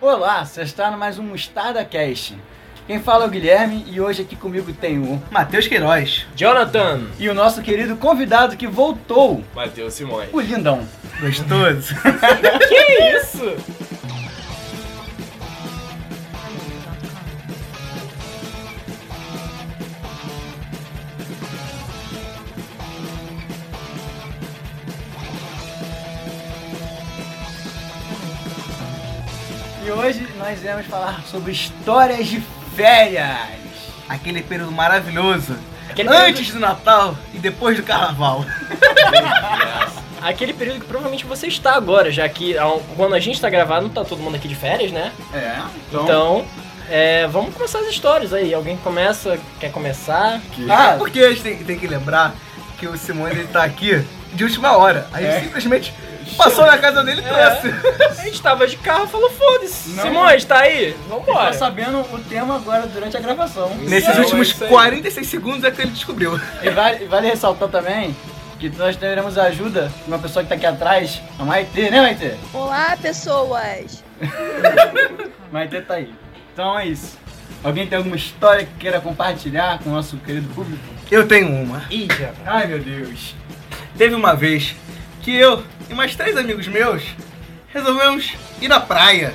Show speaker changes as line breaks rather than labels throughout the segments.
Olá, você está no mais um Mostarda Cast. Quem fala é o Guilherme e hoje aqui comigo tem o
Matheus Queiroz.
Jonathan!
e o nosso querido convidado que voltou,
Matheus Simões.
o Lindão.
Gostoso.
Que isso?
E hoje nós iremos falar sobre histórias de férias.
Aquele período maravilhoso.
Aquele
Antes do Natal e depois do Carnaval.
período, aquele período que provavelmente você está agora, já que ao- quando a gente está gravando, tá todo mundo aqui de férias, né?
É,
Então, é, vamos começar as histórias aí. Alguém começa, quer começar?
Ah, porque a gente tem, tem que lembrar que o Simone ele tá aqui de última hora. A
É.
gente simplesmente passou na casa dele e trouxe.
A gente tava de carro e falou, foda-se,
Não.
Simões, tá aí?
tá
Vambora.
sabendo o tema agora durante a gravação.
Nesses
Não, é
últimos
isso aí.
46 segundos é que ele descobriu.
E vale, vale ressaltar também que nós teremos a ajuda de uma pessoa que tá aqui atrás, a Maitê, né Maitê?
Olá, pessoas!
Maitê tá aí. Então é isso. Alguém tem alguma história que queira compartilhar com o nosso querido público?
Eu tenho uma.
Ih, já.
Ai meu Deus.
Teve uma vez que eu e mais três amigos meus resolvemos ir na praia.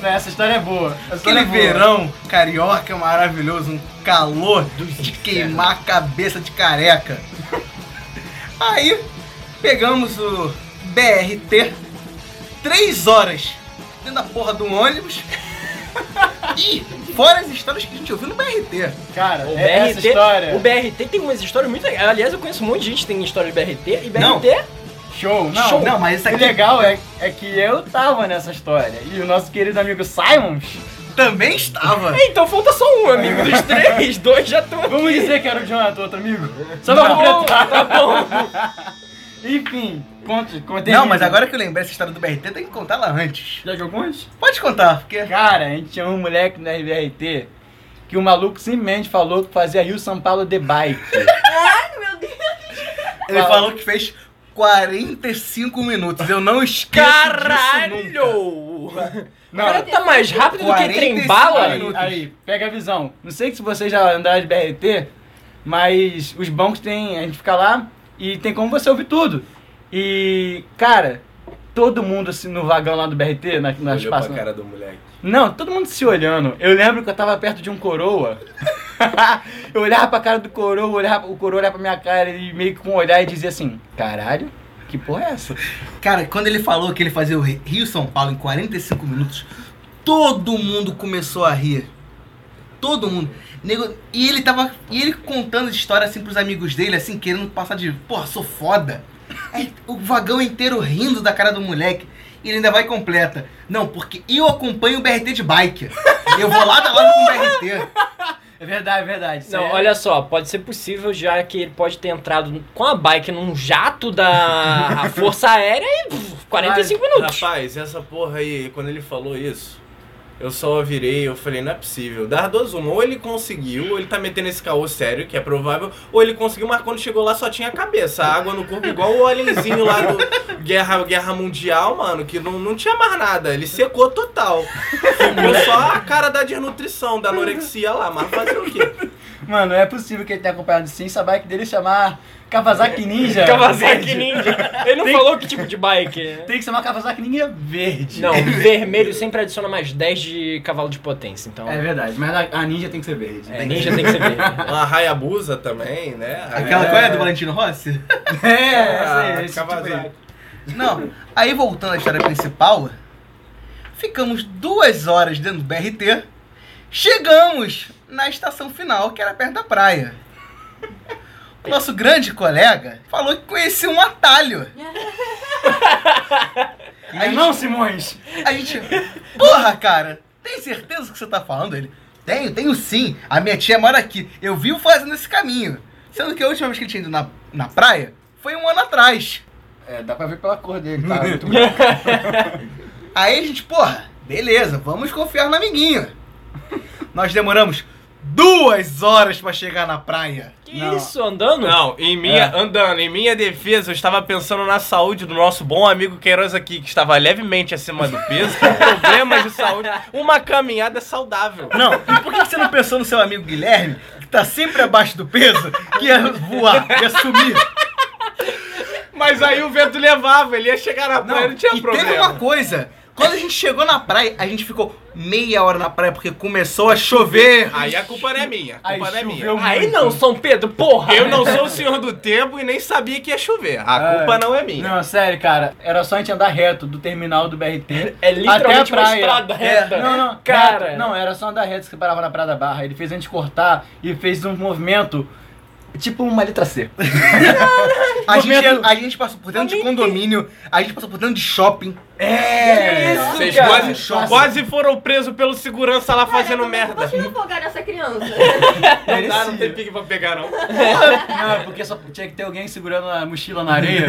Não, Essa história é boa. Essa história
Aquele
é boa.
verão carioca maravilhoso, um calor de queimar a cabeça de careca. Aí pegamos o BRT, três horas dentro da porra de um ônibus. E fora as histórias que a gente ouviu no BRT.
Cara,
O
é essa
BRT,
história.
o BRT tem umas histórias muito legais. Aliás, eu conheço um monte de gente que tem história de BRT. E BRT,
Não.
Show, não.
Show. Não, mas isso
O
aqui-
legal é, é que eu tava nessa história. E o nosso querido amigo Simons,
Também estava.
então falta só um, amigo. Dos três, dois já estão
vamos dizer que era o Jonathan, outro amigo? Só pra
Tá bom,
completar.
tá bom.
Enfim, conte, conte.
Não, mas agora que eu lembrei essa história do BRT, tem que contar ela antes.
Já que eu conte?
Pode contar, porque.
Cara, a gente tinha um moleque no RBRT que o maluco simplesmente falou que fazia Rio São Paulo de bike.
Ele
Fala.
falou que fez 45 minutos. Eu não esqueço. Disso nunca.
Caralho!
Não.
o cara tá mais rápido do que
45
trem bala?
minutos.
Aí, aí, pega a visão. Não sei se vocês já andaram de BRT, mas os bancos tem. A gente fica lá e tem como você ouvir tudo. E, cara, todo mundo assim, no vagão lá do BRT, na, na
Olhou
espaço.
pra cara do moleque.
Não, todo mundo se olhando. Eu lembro que eu tava perto de um coroa. eu olhava pra cara do coroa, olhava, o coroa olhava pra minha cara e meio que com um olhar e dizia assim: caralho, que porra é essa?
Cara, quando ele falou que ele fazia o Rio São Paulo em 45 minutos, todo mundo começou a rir. Todo mundo. Nego- E ele tava. E ele contando essa história assim pros amigos dele, assim, querendo passar de. Porra, sou foda. Aí, o vagão inteiro rindo da cara do moleque. E ele ainda vai e completa. Não, porque eu acompanho o BRT de bike. Eu vou lá da lado com o BRT.
É verdade, é verdade. Isso
Não,
aí é-
olha só, pode ser possível já que ele pode ter entrado com a bike num jato da Força Aérea e pff, 45 minutos.
Rapaz, essa porra aí, quando ele falou isso, eu só virei, eu falei, não é possível. Dar duas uma, ou ele conseguiu, ou ele tá metendo esse caô sério, que é provável, ou ele conseguiu, mas quando chegou lá só tinha a cabeça, a água no corpo, igual o alienzinho lá do Guerra, Guerra Mundial, mano, que não, não tinha mais nada, ele secou total. Ficou só a cara da desnutrição, da anorexia lá, mas fazer o quê?
Mano, é possível que ele tenha acompanhado sim essa bike dele chamar Kawasaki Ninja.
Kawasaki
verde.
Ninja. Ele não falou que tipo de bike. né?
Tem que chamar Kawasaki Ninja verde.
Não, vermelho sempre adiciona mais 10 de cavalo de potência, então.
É verdade, mas a, a Ninja tem que ser verde.
é, ninja tem que ser verde.
Uma Hayabusa também, né?
Aquela
É,
qual é do Valentino Rossi?
É,
a
esse- esse tipo
Kawasaki.
aí.
Não, aí voltando à história principal, ficamos duas horas dentro do BRT, chegamos na estação final, que era perto da praia. O nosso grande colega falou que conhecia um atalho.
Aí É, não, Simões.
A gente, porra, cara, tem certeza que você tá falando? Ele, tenho, tenho sim. A minha tia mora aqui. Eu vivo fazendo esse caminho. Sendo que a última vez que ele tinha ido na, na praia foi um ano atrás.
É, dá pra ver pela cor dele, tá? Muito
Aí a gente, porra, beleza, vamos confiar no amiguinho. Nós demoramos duas horas pra chegar na praia.
Que
Não.
isso, andando?
Não, em minha,
É.
andando, em minha defesa, eu estava pensando na saúde do nosso bom amigo Queiroz aqui, que estava levemente acima do peso, com problemas de saúde. Uma caminhada saudável.
Não, e por que você não pensou no seu amigo Guilherme, que tá sempre abaixo do peso, que ia voar, ia sumir?
Mas aí o vento levava, ele ia chegar na praia, não, tinha
e
problema.
teve uma coisa. Quando a gente chegou na praia, a gente ficou meia hora na praia porque começou a chover.
Aí a culpa não é minha, a
Aí
culpa não é minha.
choveu
Aí
muito.
não, São Pedro, porra!
Eu não sou o senhor do tempo e nem sabia que ia chover. A
É.
culpa não é minha.
Não, sério, cara. Era só a gente andar reto do terminal do BRT.
É literalmente
até a
uma
praia. É,
estrada reta.
Não, não,
Cara.
reto. Não, era só andar reto que você parava na Praia da Barra. Ele fez a gente cortar e fez um movimento tipo uma letra C.
A gente,
Momento-
a gente passou por dentro de condomínio, a gente passou por dentro de shopping.
É!
isso,
Vocês
cara.
quase,
Nossa.
quase foram presos pelo segurança lá fazendo merda.
Posso me afogar nessa criança?
Não dá, Ah, não tem pique pra pegar, não.
Não, é porque só tinha que ter alguém segurando a mochila na areia.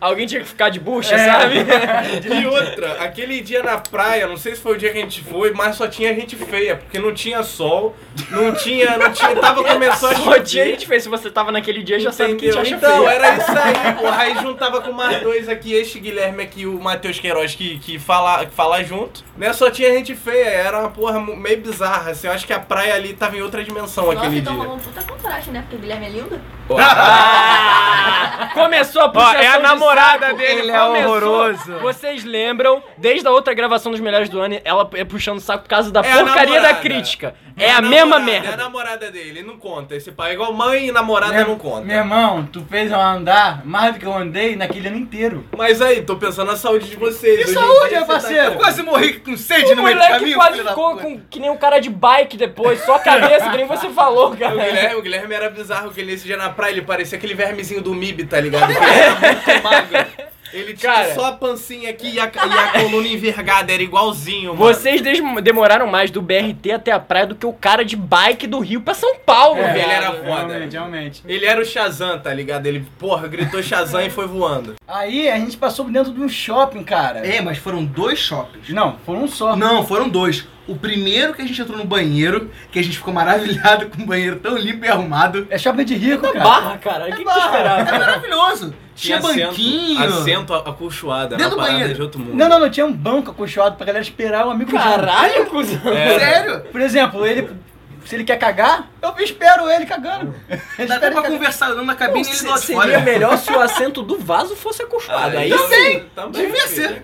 Alguém tinha que ficar de bucha,
É.
sabe?
E outra, aquele dia na praia, não sei se foi o dia que a gente foi, mas só tinha gente feia, porque não tinha sol, não tinha, não tinha, tava começando a
Só
chover.
dia a gente fez. Se você tava naquele dia, já sabe que a
é Entendeu?
gente acha
Então,
feio.
era isso aí, porra. Aí juntava com mais dois aqui, este Guilherme aqui, o Matheus Queiroz, que, que fala, que fala junto. Né? Só tinha gente feia, era uma porra mu- meio bizarra, assim. Eu acho que a praia ali tava em outra dimensão
Nossa,
aquele
então
dia.
rolou um puta contraste, né? Porque o Guilherme é lindo.
Ah! Começou a
Ó,
puxação
é a
de
namorada
saco.
dele,
ele é
Começou.
horroroso.
Vocês lembram, desde a outra gravação dos Melhores do Ano, ela é puxando o saco por causa da
É a
porcaria da
namorada.
crítica. É a mesma
namorada, É a
merda.
namorada dele, não conta. Esse pai é igual mãe e namorada
Meu-
não conta.
Meu irmão, tu fez eu andar mais do que eu andei naquele ano inteiro.
Mas aí, tô pensando na saúde de vocês.
Que
Hoje em
saúde,
dia
meu
você tá-
parceiro?
Eu quase morri com sede
O
no meio do
moleque
caminho.
quase
filho da
ficou
puta.
com, que nem um cara de bike depois, só a cabeça, que nem você falou,
O
cara.
Guilherme, o Guilherme era bizarro que ele esse dia na praia, ele parecia aquele vermezinho do MIB, tá ligado? Ele era muito magro. Ele tinha
Cara.
só a pancinha aqui e a, e a coluna envergada, era igualzinho, mano.
Vocês des- demoraram mais do BRT até a praia do que o cara de bike do Rio pra São Paulo,
É,
velho.
ele era foda.
Realmente, realmente.
Ele era o Shazam, tá ligado? Ele, porra, gritou Shazam e foi voando.
Aí a gente passou por dentro de um shopping, cara.
É, mas foram dois shoppings.
Não, foram um só.
Não, foram dois. O primeiro que a gente entrou no banheiro, que a gente ficou maravilhado com o banheiro tão limpo e arrumado.
É shopping de rico, cara.
Barra, cara. O que, que
Tá
tu esperava?
maravilhoso. Tinha, banquinho.
Assento, assento acolchoado, era
Dentro
uma
do
parada
banheiro.
de outro mundo.
Não, não, não. Tinha um banco acolchoado pra galera esperar o amigo junto.
Caralho, cuzão.
É.
É.
Sério?
Por exemplo, ele. Se ele quer cagar, eu espero ele cagando. Eu
Dá
espero
até
ele
pra
cagando.
conversar na cabine e ele do
Se-
lado de
Seria
fora.
melhor se o assento do vaso fosse é acolchoado.
então
Aí,
Também! Ah, Também,
Devia
filho.
ser.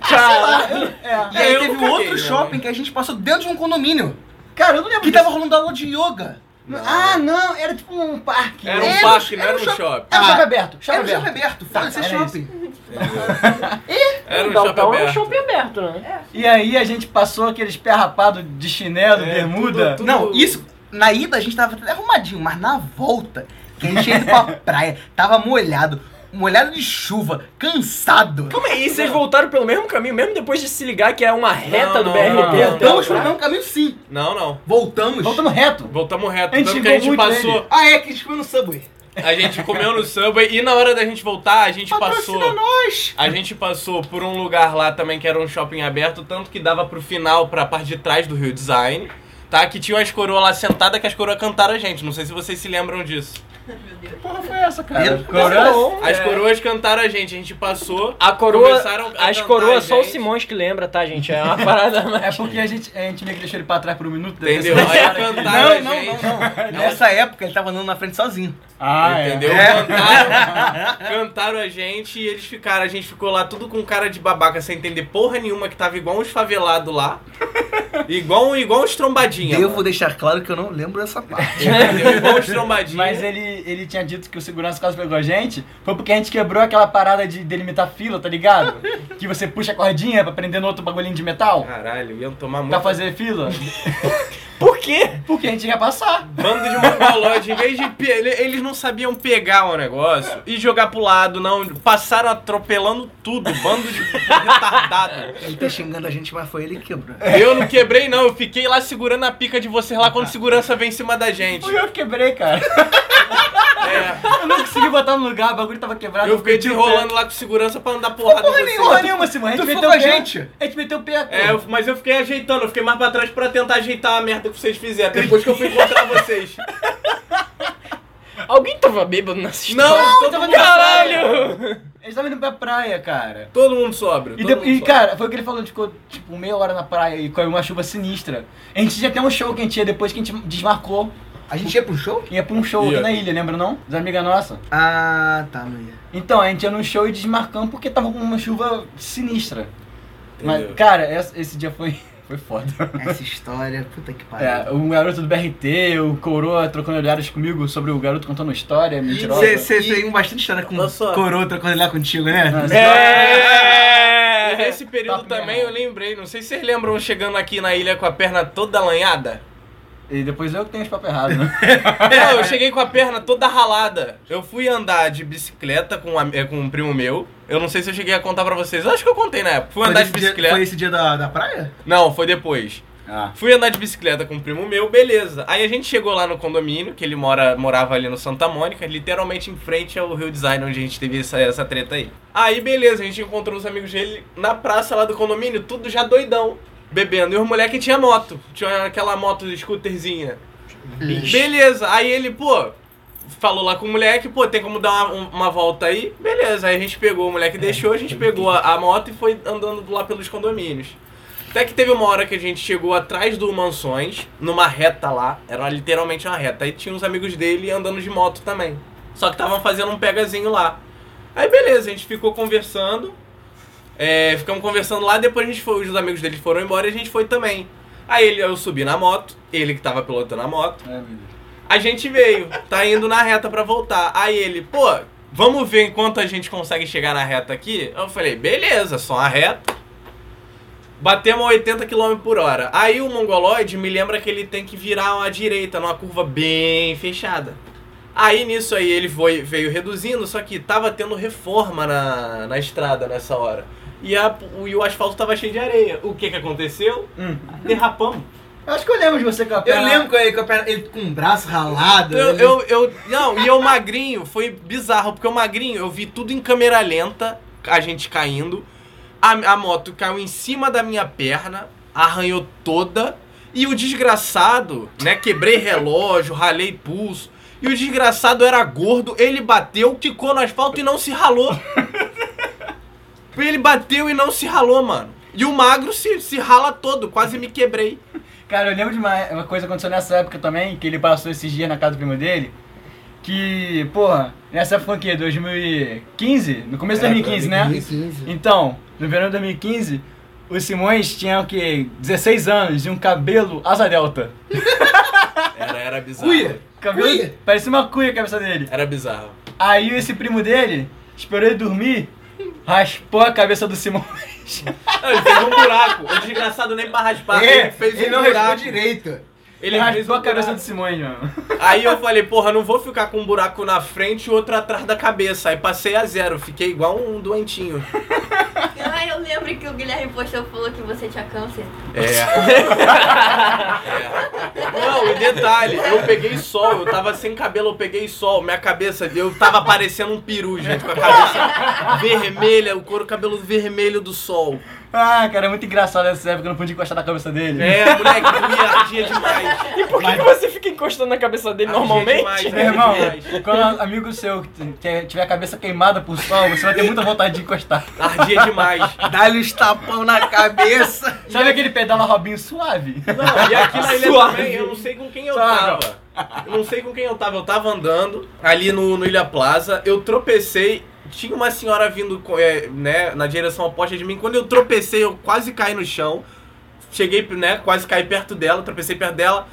É.
E aí
Eu
teve
nunca
um outro
caguei, né?
shopping que a gente passou dentro de um condomínio.
Cara, eu não lembro
Que tava rolando aula de yoga.
disso. Ah, não. Era tipo um parque.
Era um
Era um-
parque, não
era
era
um
um
shopping.
shopping.
Era um
Ah,
shopping aberto. Shopping
Era um shopping
aberto.
aberto.
Tá,
Foda-se é
era
shopping.
Era um
Downtown
shopping
é um
aberto.
shopping aberto, né?
E aí a gente passou aqueles pé rapado de chinelo,
É,
bermuda.
tudo-
Não, isso. Na ida a gente tava até arrumadinho, mas na volta, que a gente ia indo pra praia, tava molhado, molhado de chuva, cansado.
Como é isso? Vocês voltaram pelo mesmo caminho, mesmo depois de se ligar que é uma reta
Não,
do
não,
BRT?
não, não.
até o
Voltamos pro
praia?
mesmo caminho, sim.
Não, não.
Voltamos.
Voltamos reto.
Voltamos reto.
A gente
Tanto que a
xingou
gente
muito
passou.
ele.
Ah, é, que a gente foi no Subway.
A gente comeu no Subway e na hora da gente voltar, a gente passou.
Patrocina nós.
A gente passou por um lugar lá também que era um shopping aberto, tanto que dava pro final, pra parte de trás do Rio Design, tá? Que tinha umas coroas lá sentadas que as coroas cantaram a gente. Não sei se vocês se lembram disso.
Que porra foi essa, cara?
Meu
Coroa?
As coroas cantaram a gente, a gente passou.
A coroa,
Começaram a
as
cantar,
coroas só o
gente.
Simões que lembra, tá, gente? É uma parada mais...
É porque a gente, a gente meio que deixou ele pra trás por um minuto. depois
Entendeu?
ele-
Aí cantaram a gente.
Nessa época ele tava andando na frente sozinho.
Ah, é.
Entendeu?
É.
Cantaram, cantaram a gente e eles ficaram. A gente ficou lá tudo com cara de babaca, sem entender porra nenhuma, que tava igual uns favelados lá. igual, um, igual uns trombadinha.
Eu
mano.
vou deixar claro que eu não lembro dessa parte.
Entendeu? Igual uns trombadinha.
Mas ele, ele tinha dito que o segurança quase pegou a gente. Foi porque a gente quebrou aquela parada de delimitar fila, tá ligado? que você puxa a cordinha pra prender no outro bagulhinho de metal.
Caralho, iam tomar muito.
Pra fazer fila?
Por quê?
Porque a gente ia passar.
Bando de mongoloide, em vez de. pe- ele- Eles não sabiam pegar o negócio e jogar pro lado, não. Passaram atropelando tudo. Bando de retardado.
Ele tá xingando a gente, mas foi ele que quebrou.
Eu não quebrei, não. Eu fiquei lá segurando a pica de vocês lá quando segurança vem em cima da gente.
Foi eu que quebrei, cara.
É.
Eu não consegui botar no lugar, o bagulho tava quebrado.
Eu fiquei te enrolando lá com segurança pra não dar porrada em vocês.
Porra nenhuma, né? Simão. A gente
Tu
meteu
foi
o
com
pé.
a gente?
A gente meteu o pé.
É, eu- mas eu fiquei ajeitando, eu fiquei mais pra trás pra tentar ajeitar a merda que vocês fizeram depois que eu fui encontrar vocês.
Alguém tava bêbado nessa história?
Não, todo mundo
Caralho!
Eles estavam indo pra praia, cara.
Todo mundo sobra.
E,
todo
de-
mundo
e,
sobra.
cara, foi o que ele falou, a gente ficou tipo meia hora na praia e caiu uma chuva sinistra. A gente tinha até um show que a gente ia depois que a gente desmarcou.
A gente ia pro show?
Ia pra um show
Ia.
aqui na ilha, lembra não? Das amigas nossas.
Ah, tá, não ia.
Então, a gente ia num show e desmarcamos porque tava com uma chuva sinistra. Mas,
Entendeu?
cara, essa- esse dia foi, foi foda.
Essa história, puta que pariu.
É, um garoto do BRT, o Coroa trocando olhares comigo sobre o garoto contando história mentirosa.
Você tem bastante história com
Olha só.
coroa quando lá contigo, né?
Nossa.
E
É!
nesse período
Papo
também
mesmo.
eu lembrei, não sei se vocês lembram chegando aqui na ilha com a perna toda lanhada.
E depois eu que tenho os papos errados, né?
Não, eu cheguei com a perna toda ralada. Eu fui andar de bicicleta com um, am- eh, com um primo meu. Eu não sei se eu cheguei a contar pra vocês. Eu acho que eu contei na época. Fui
Foi
andar de
esse dia-
bicicleta.
Foi esse dia da, da praia?
Não, foi depois.
Ah.
Fui andar de bicicleta com um primo meu, beleza. Aí a gente chegou lá no condomínio, que ele mora, morava ali no Santa Mônica, literalmente em frente ao Rio Design, onde a gente teve essa, essa treta aí. Aí, beleza, a gente encontrou os amigos dele na praça lá do condomínio, tudo já doidão, bebendo. E os moleques tinha moto, tinha aquela moto scooterzinha. Beleza, aí ele, pô, falou lá com o moleque, pô, tem como dar uma, uma volta aí? Beleza, aí a gente pegou, o moleque deixou, a gente pegou a, a moto e foi andando lá pelos condomínios. Até que teve uma hora que a gente chegou atrás do Mansões, numa reta lá, era literalmente uma reta, aí tinha uns amigos dele andando de moto também. Só que estavam fazendo um pegazinho lá. Aí beleza, a gente ficou conversando, é, ficamos conversando lá, depois a gente foi, os amigos dele foram embora e a gente foi também. Aí ele, eu subi na moto, ele que tava pilotando a moto,
Ai, É, meu Deus.
a gente veio, tá indo na reta pra voltar. Aí ele, pô, vamos ver enquanto a gente consegue chegar na reta aqui? Eu falei, beleza, só uma reta. Batemos a 80 km por hora. Aí o mongoloide me lembra que ele tem que virar à direita, numa curva bem fechada. Aí nisso aí ele foi, veio reduzindo, só que tava tendo reforma na, na estrada nessa hora. E, a- o, e o asfalto tava cheio de areia. O que que aconteceu?
Hum.
Derrapamos.
Eu acho que eu lembro de você com a
Eu
perna-
lembro que ele com, a perna- ele com o braço ralado.
Eu,
ele-
eu, eu- não, e eu magrinho, foi bizarro, porque eu magrinho, eu vi tudo em câmera lenta, a gente caindo, a, a moto caiu em cima da minha perna, arranhou toda, e o desgraçado, né, quebrei relógio, ralei pulso, e o desgraçado era gordo, ele bateu, quicou no asfalto e não se ralou. Ele bateu e não se ralou, mano. E o magro se, se rala todo, quase me quebrei.
Cara, eu lembro de uma, uma coisa que aconteceu nessa época também, que ele passou esses dias na casa do primo dele. Que, porra, nessa época foi o quê? 2015? No começo de 2015, né?
2015.
Então, no verão de 2015, o Simões tinha o quê? 16 anos e um cabelo asa delta.
Era, era bizarro.
Cuia!
Cabelo.
Cuia?
Parecia uma cuia a cabeça dele.
Era bizarro.
Aí esse primo dele esperou ele dormir, raspou a cabeça do Simões.
Não, ele fez um buraco. O desgraçado nem pra raspar. ele fez
É, ele
um
não
buraco.
respondeu direito.
Ele fez
raspou
um
a cabeça
né?
do
buraco.
Simões, mano.
Aí eu falei, porra, não vou ficar com um buraco na frente e outro atrás da cabeça. Aí passei a zero. Fiquei igual um doentinho.
Ah, eu lembro que o Guilherme postou falou que você tinha câncer.
É. Não, e detalhe, eu peguei sol, eu tava sem cabelo, eu peguei sol, minha cabeça, eu tava parecendo um peru, gente, com a cabeça vermelha, o couro cabeludo vermelho do sol.
Ah, cara, é muito engraçado nessa época, eu não podia encostar na cabeça dele.
É, moleque, doía, ardia demais.
E por que que você fica encostando na cabeça dele
Ardia
normalmente?
demais,
Meu irmão,
ardia demais.
quando um amigo seu que te- tiver a cabeça queimada por sol, você vai ter muita vontade de encostar.
Ardia demais.
Dá-lhe os tapão na cabeça.
Sabe aquele pedala Robinho suave?
Não, e aqui na ilha
Suave.
também, eu não sei com quem eu
Suave.
tava. Eu não sei com quem eu tava. Eu tava andando ali no, no Ilha Plaza, eu tropecei. Tinha uma senhora vindo co- é, né, na direção oposta de mim. Quando eu tropecei, eu quase caí no chão. Cheguei, né, quase caí perto dela, tropecei perto dela.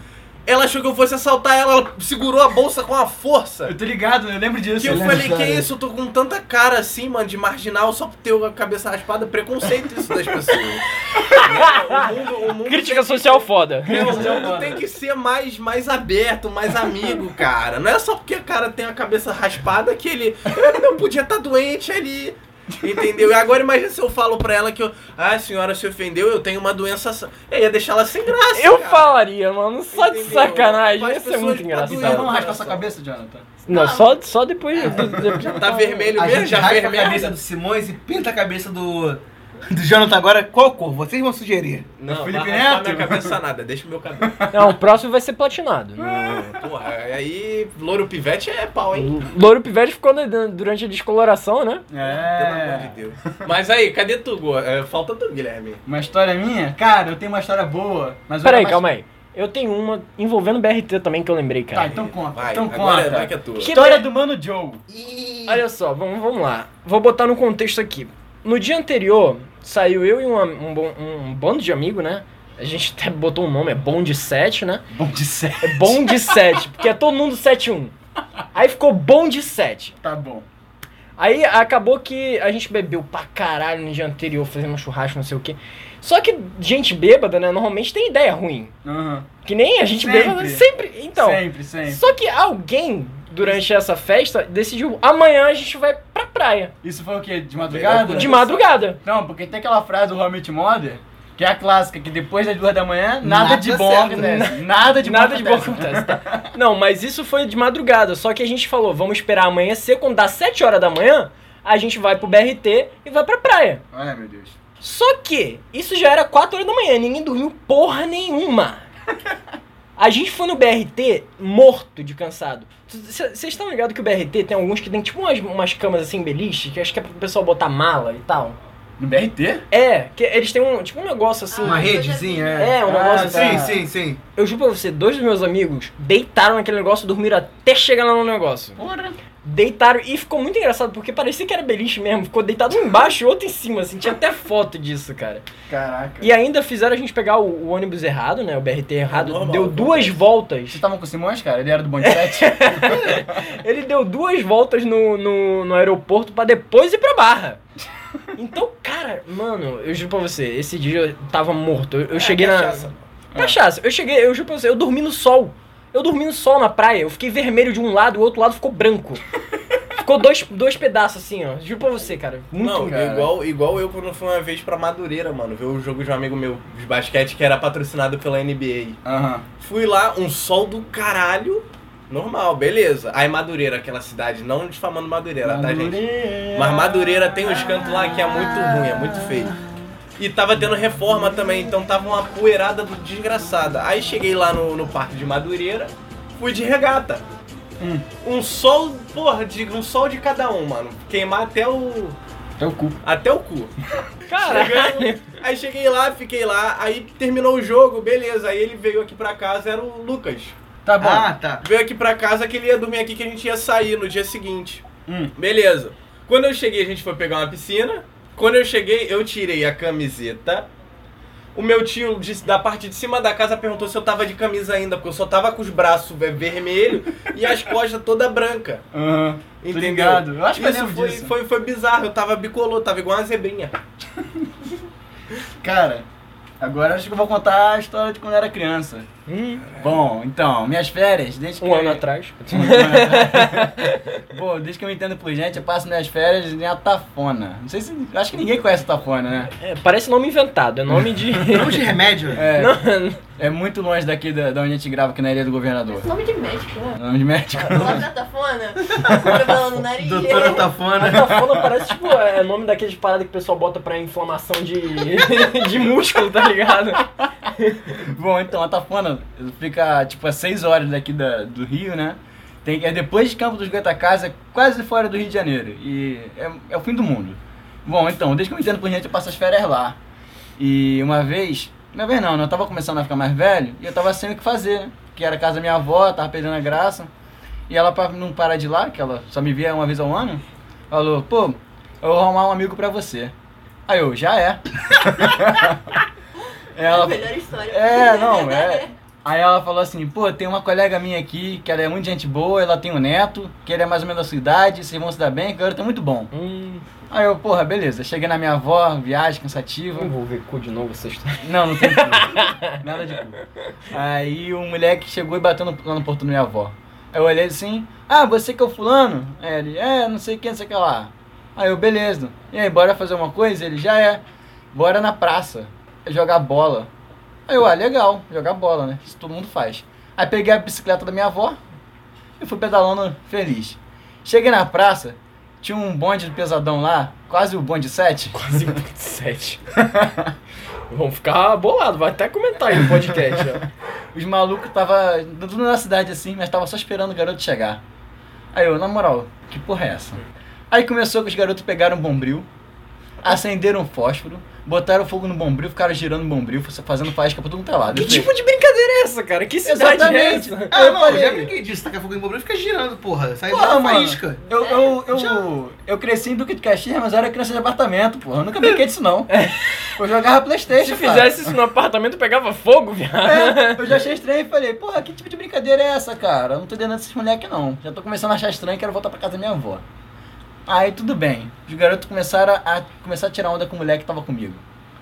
Ela achou que eu fosse assaltar ela, ela segurou a bolsa com a força.
Eu tô ligado, eu lembro disso.
Que eu
lembro
falei,
disso,
que
né?
isso? Eu tô com tanta cara assim, mano, de marginal, só por ter a cabeça raspada. Preconceito isso das pessoas. o mundo, o mundo
Crítica social foda.
é, o mundo tem que ser mais, mais aberto, mais amigo, cara. Não é só porque o cara tem a cabeça raspada que ele. "Eu Não podia estar doente ali. Entendeu? E agora imagina se eu falo pra ela que eu. Ah, a senhora se ofendeu, eu tenho uma doença. sa-". Eu ia deixar ela sem graça.
Eu
cara.
falaria, mano, só de
Entendeu?
sacanagem.
Faz
Ia ser
pessoas
muito
padrões.
Então
engraçado.
vamos raspar sua cabeça, Jonathan.
Não, só, só depois. do- do-
Tá vermelho
A
mesmo?
gente
Já
raspa a
vermelho.
cabeça do Simões e pinta a cabeça do, do Jonathan agora, qual cor? Vocês vão sugerir.
Não,
Felipe
vai arrancar
Neto?
minha cabeça nada, deixa o meu cabelo.
Não, o próximo vai ser platinado. No-
Porra, aí louro pivete é pau, hein?
O Louro Pivete ficou na- durante a descoloração, né?
Pelo amor de
É.
Deus. Mas aí, cadê tu, Gu? É, Falta tu, Guilherme.
Uma história minha? Cara, eu tenho uma história boa. Mas
Peraí,
uma-
calma aí. Eu tenho uma envolvendo BRT também que eu lembrei, cara.
Tá, então conta.
Vai,
então
agora
conta.
vai que é tua.
Que-
História do Mano Joe.
Olha só, vamos, vamos lá. Vou botar no contexto aqui. No dia anterior, saiu eu e um, am- um, bon- um bando de amigo, né? A gente até botou um nome, é Bond 7, né?
Bom de sério.
É Bond 7, porque é todo mundo 7-1. Aí ficou Bond 7.
Tá bom.
Aí acabou que a gente bebeu pra caralho no dia anterior, fazendo um churrasco, não sei o quê. Só que gente bêbada, né? Normalmente tem ideia ruim.
Aham.
Que nem a gente
Sempre.
bêbada sempre. Então,
sempre, sempre.
só que alguém, durante essa festa, decidiu amanhã a gente vai pra praia.
Isso foi o quê? De madrugada?
De madrugada.
Não, porque tem aquela frase do Helmut Mother, que é a clássica, que depois das duas da manhã, nada,
Nada
de bom
certo, né?
acontece. Nada de bom
Nada de bom
acontece.
acontece, tá? Não, mas isso foi de madrugada. Só que a gente falou, vamos esperar amanhecer. Quando dá 7 horas da manhã, a gente vai pro BRT e vai pra praia.
Ai, meu Deus.
Só que isso já era 4 horas da manhã. Ninguém dormiu porra nenhuma. A gente foi no BRT morto de cansado. Vocês estão ligados que o BRT tem alguns que tem tipo umas, umas camas assim, beliche, que acho que é pro pessoal botar mala e tal.
No BRT?
É, que eles têm um, tipo um negócio assim.
Ah,
Uma redezinha, é.
É, um
Ah,
negócio
Ah, Sim,
assim.
sim, sim.
Eu juro pra você, dois dos meus amigos deitaram naquele negócio, dormiram até chegar lá no negócio.
Porra.
Deitaram e ficou muito engraçado, porque parecia que era beliche mesmo. Ficou deitado um embaixo e outro em cima, assim. Tinha até foto disso, cara.
Caraca.
E ainda fizeram a gente pegar o, o ônibus errado, né? O BRT errado.
É Normal,
deu duas voltas.
Vocês estavam com o Simões, cara? Ele era do Bond 7?
Ele deu duas voltas no, no, no aeroporto pra depois ir pra Barra. Então, cara, mano, eu juro pra você, esse dia eu tava morto. Eu, eu cheguei
É, cachaça.
na. Cachaça, eu cheguei, eu juro pra você, eu dormi no sol. Eu dormi no sol na praia, eu fiquei vermelho de um lado, o outro lado ficou branco. ficou dois, dois pedaços assim, ó. Juro pra você, cara. Muito
não, é
cara.
igual, igual eu quando fui uma vez pra Madureira, mano, ver o jogo de um amigo meu de basquete que era patrocinado pela NBA.
Aham.
Fui lá, um sol do caralho, normal, beleza. Aí Madureira, aquela cidade, não difamando Madureira, tá, gente? Mas Madureira tem uns cantos lá que é muito ruim, é muito feio. E tava tendo reforma também, então tava uma poeirada do- desgraçada. Aí cheguei lá no, no parque de Madureira, fui de regata. Um sol, porra, de, um sol de cada um, mano. Queimar até o.
Até o Então, cu.
Até o cu.
Caralho.
Chegamos, aí cheguei lá, fiquei lá, aí terminou o jogo, beleza. Aí ele veio aqui pra casa, era o Lucas.
Tá bom.
Ah, tá.
Veio aqui pra casa que ele ia dormir aqui que a gente ia sair no dia seguinte.
Hum.
Beleza. Quando eu cheguei, a gente foi pegar uma piscina. Quando eu cheguei, eu tirei a camiseta. O meu tio de- da parte de cima da casa perguntou se eu tava de camisa ainda, porque eu só tava com os braços ve- vermelho e as costas toda branca.
Aham. Tô
Entendeu?
ligado. Eu acho que eu
Isso
lembro
foi,
disso.
Foi, foi bizarro, eu tava bicolor, tava igual uma zebrinha.
Cara, agora acho que eu vou contar a história de quando eu era criança.
Hum,
É.
Bom, então, minhas férias, desde que...
um ano atrás.
Pô, desde que eu me entendo por gente, eu passo minhas férias em Atafona. Não sei se... Acho que ninguém conhece Atafona, né?
É, parece nome inventado, é nome de.
Nome de remédio?
É,
Não,
é muito longe daqui da, da onde a gente grava, aqui na Ilha do Governador. É
Nome de médico, né?
Nome de médico.
Lá da tafona, com problema no nariz.
Doutora Tafana.
Atafona parece tipo é nome daqueles parada que o pessoal bota pra inflamação de, de músculo, tá ligado?
Bom, então, Atafona fica, tipo, a 6 horas daqui da, do Rio, né? Tem, é depois de Campo dos Goitacazes, é quase fora do Rio de Janeiro. E é, é o fim do mundo. Bom, então, desde que eu me entendo por gente, eu passo as férias lá. E uma vez... Uma vez não, né? Eu tava começando a ficar mais velho e eu tava sem o que fazer, né? Que era a casa da minha avó, tava perdendo a graça. E ela, pra não parar de ir lá, que ela só me via uma vez ao ano, falou, pô, eu vou arrumar um amigo pra você. Aí eu, já é.
É a
ela,
melhor história.
é, não, é. Aí ela falou assim, pô, tem uma colega minha aqui, que ela é muito gente boa, ela tem um neto, que ele é mais ou menos da sua idade, vocês vão se dar bem, que o garoto é muito bom.
Hum,
Aí eu, porra, beleza, cheguei na minha avó, viagem cansativa.
não vou ver cu de novo essa história.
Não, não tem cu. Nada de cu. Aí o moleque chegou e bateu no, lá no portão da minha avó. Aí eu olhei assim, ah, você que é o fulano? Aí ele, é, não sei quem, não sei o que lá. Aí eu, beleza. E aí, bora fazer uma coisa? Ele, já é. Bora na praça. Jogar bola. Aí eu, ah, legal, jogar bola, né? Isso todo mundo faz. Aí peguei a bicicleta da minha avó e fui pedalando feliz. Cheguei na praça, tinha um bonde de pesadão lá, Quase o bonde 7.
Quase 27. Vão ficar bolado, vai até comentar aí no podcast. ó.
Os malucos tava tudo na cidade assim, mas tava só esperando o garoto chegar. Aí eu, na moral, que porra é essa? Aí começou que os garotos pegaram um bombril, acenderam um fósforo, botaram fogo no bombril, ficaram girando o bombril, fazendo faísca pra todo mundo é lado.
Que
Eu falei,
tipo de brincadeira é essa, cara? Que cidade
Exatamente.
é essa?
Ah,
Eu
não,
falei-
já brinquei disso. Tacar fogo em bombril fica girando, porra. Sai
Porra,
da
mano. É,
faísca.
Eu, eu, eu, eu cresci em Duque de Caxias, mas eu era criança de apartamento, porra. Eu nunca brinquei disso, não. Eu jogava Playstation,
Se
cara.
fizesse isso no apartamento, pegava fogo, viado.
É, eu já achei estranho e falei, porra, que tipo de brincadeira é essa, cara? Eu não tô entendendo esses moleques, não. Já tô começando a achar estranho e quero voltar pra casa da minha avó. Aí tudo bem. Os garotos começaram a, começar a tirar onda com o moleque que tava comigo.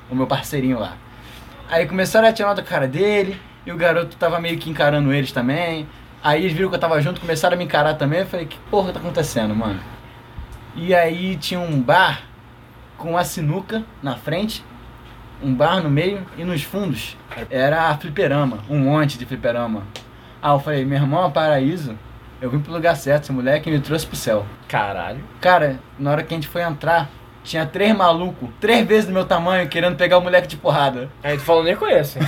O meu parceirinho lá. Aí começaram a tirar onda com a cara dele, e o garoto tava meio que encarando eles também. Aí eles viram que eu tava junto, começaram a me encarar também. Eu falei, que porra tá acontecendo, mano? E aí tinha um bar com a sinuca na frente, um bar no meio e nos fundos era fliperama, um monte de fliperama. Ah, eu falei, meu irmão é paraíso, eu vim pro lugar certo, esse moleque me trouxe pro céu.
Caralho.
Cara, na hora que a gente foi entrar, tinha três malucos, três vezes do meu tamanho, querendo pegar o moleque de porrada.
Aí tu falou, nem conheço. hein?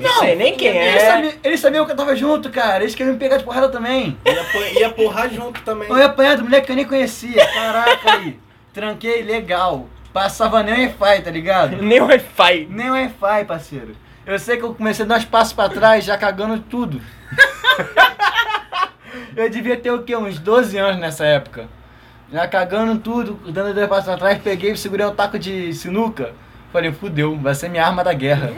Não sei nem quem é.
Eles, sabiam, eles sabiam que eu tava junto, cara, eles queriam me pegar de porrada também.
E apan- Ia porrar junto também.
Eu ia apanhar do moleque que eu nem conhecia, caraca aí. Tranquei legal, passava nem wi-fi, tá ligado?
Nem Wi-Fi.
Nem Wi-Fi, parceiro. Eu sei que eu comecei a dar uns passos pra trás, já cagando tudo. eu devia ter o quê? Uns 12 anos nessa época. Já cagando tudo, dando dois passos pra trás, peguei, segurei um taco de sinuca. Falei, fudeu, vai ser minha arma da guerra.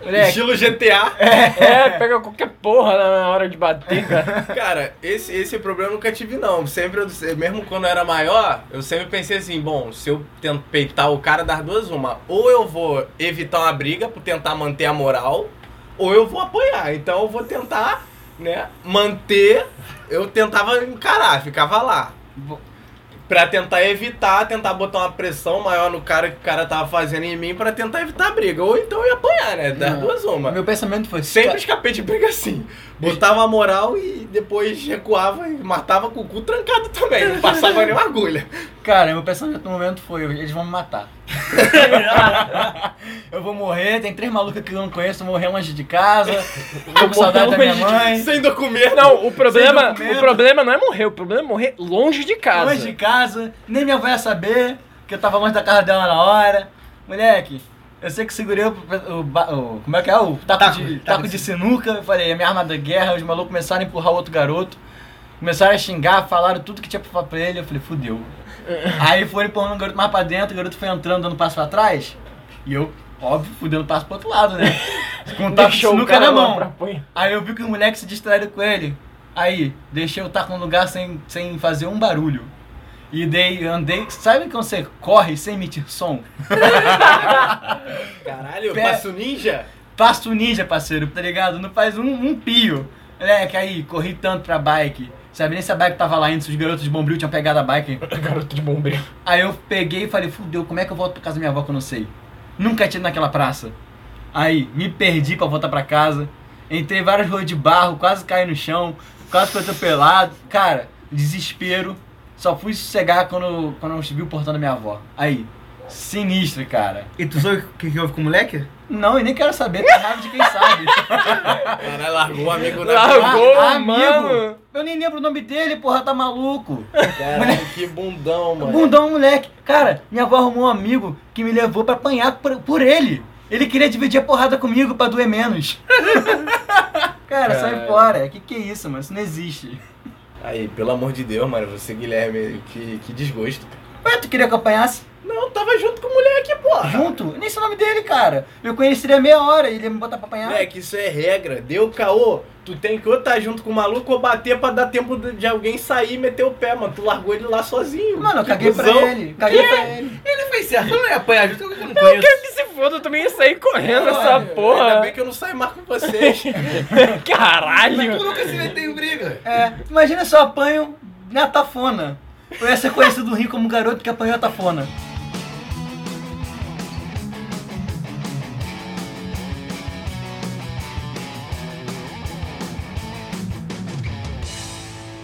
Moleque,
Estilo GTA.
É, pega qualquer porra na- na hora de bater, cara.
Cara, esse, esse problema eu nunca tive, não. Sempre, eu- mesmo quando eu era maior, eu sempre pensei assim, bom, se eu tento peitar o cara das duas, uma, ou eu vou evitar uma briga por tentar manter a moral, ou eu vou apanhar. Então eu vou tentar, né, manter. Eu tentava encarar, ficava lá. Pra tentar evitar, tentar botar uma pressão maior no cara que o cara tava fazendo em mim pra tentar evitar a briga. Ou então eu ia apanhar, né? Das
Não.
duas uma.
meu pensamento foi...
Sempre escapei de briga assim. Botava a moral e depois recuava e matava com o cu trancado também. Não passava nenhuma agulha.
Cara, meu pensamento no momento foi, eles vão me matar. eu vou morrer, tem três malucas que eu não conheço, vou morrer longe de casa, tô com
Morrer
saudade da minha
longe de-
mãe.
Sem documento.
Não, o problema,
documento.
o problema não é morrer, o problema é morrer longe de casa.
Longe de casa, nem minha avó ia saber que eu tava longe da casa dela na hora. Moleque, eu sei que segurei o. o ba- o- como é que é? O taco,
Taco,
de,
taco
taco
de
de sinuca. Eu falei, é minha arma da guerra. Os malucos começaram a empurrar o outro garoto. Começaram a xingar, falaram tudo que tinha pra falar pra ele. Eu falei, fudeu. Aí foram empurrando o garoto mais pra dentro. O garoto foi entrando, dando passo pra trás. E eu, óbvio, fui dando passo pro outro lado, né? Com o taco de
Deixou o
sinuca na
cara lá
mão.
pra apanhar.
Aí eu vi que o moleque se distraiu com ele. Aí, deixei o taco no lugar sem, sem fazer um barulho. E dei, andei. Sabe quando você corre sem emitir som?
Caralho, eu
Pé.
passo ninja?
Passo ninja, parceiro, tá ligado? Não faz um, um pio. Moleque, aí, corri tanto pra bike. Sabe nem se a bike tava lá indo, se os garotos de bombril tinham pegado a bike.
Garoto de bombeiro.
Aí eu peguei e falei, fudeu, como é que eu volto pra casa da minha avó que eu não sei? Nunca tinha ido naquela praça. Aí, me perdi pra voltar pra casa. Entrei em várias ruas de barro, quase caí no chão, quase fui atropelado. Cara, desespero. Só fui sossegar quando, quando eu vi o portão da minha avó. Aí, sinistro, cara.
E tu sabe o que, que houve com o moleque?
Não, e nem quero saber, tá raiva de quem sabe.
Caralho, largou o amigo na
Largou,
Ah,
mano.
Eu nem lembro o nome dele, porra, tá maluco.
Caralho, que bundão, mano.
Bundão, moleque. Cara, minha avó arrumou um amigo que me levou pra apanhar por, por ele. Ele queria dividir a porrada comigo pra doer menos. Cara, sai
Cara.
fora. Que que é isso, mano? Isso não existe.
Aí, pelo amor de Deus, mano, você, Guilherme, que, que desgosto.
Ué, tu queria que eu apanhasse
Não, tava junto com o moleque, porra.
junto? Nem sei o nome dele, cara. Eu conheci ele há meia hora e ele ia me botar pra apanhar.
Moleque, isso é regra. Deu caô, tu tem que ou tá junto com o maluco ou bater pra dar tempo de de alguém sair e meter o pé, mano. Tu largou ele lá sozinho.
Mano, eu
Que
caguei pra
cuzão.
ele. Caguei pra ele.
Ele fez certo. Eu não ia apanhar junto, eu não conheço.
Que se foda, eu também ia sair correndo essa
Olha,
Ainda
porra.
bem que eu não saio mais com vocês.
Mas tu
Caralho.
nunca se meteu em briga.
É, imagina se eu apanho na tafona. Eu ia ser conhecido do Rio como um garoto que apanhou a tafona.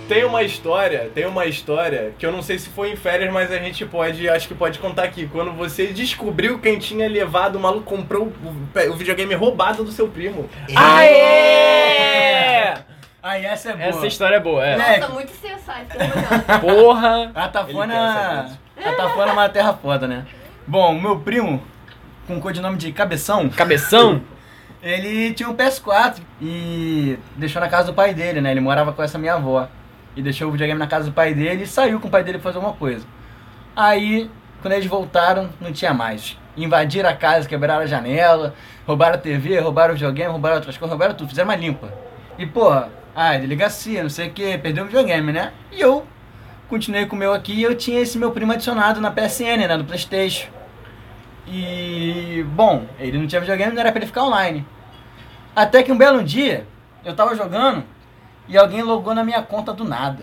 Tem uma história, tem uma história que eu não sei se foi em férias, mas a gente pode, acho que pode contar aqui. Quando você descobriu quem tinha levado, o maluco comprou o, pe- o videogame roubado do seu primo.
Aê!
Aí essa é boa.
Essa história é boa, é.
Moleque,
Nossa, muito sensual, fiquei orgulhosa.
Porra!
A Tafona.
Ele pensa
A Tafona é uma terra foda, né? Bom, meu primo, com codinome de Cabeção,
Cabeção?
ele tinha um PS4 e deixou na casa do pai dele, né? Ele morava com essa minha avó. E deixou o videogame na casa do pai dele e saiu com o pai dele fazer alguma coisa. Aí, quando eles voltaram, não tinha mais. Invadiram a casa, quebraram a janela, roubaram a TV, roubaram o videogame, roubaram outras coisas, roubaram tudo, fizeram uma limpa. E porra, ah, delegacia, não sei o que, perdeu o videogame, né? E eu continuei com o meu aqui e eu tinha esse meu primo adicionado na PSN, né? No Playstation. E bom, ele não tinha videogame, não era pra ele ficar online. Até que um belo dia, eu tava jogando e alguém logou na minha conta do nada.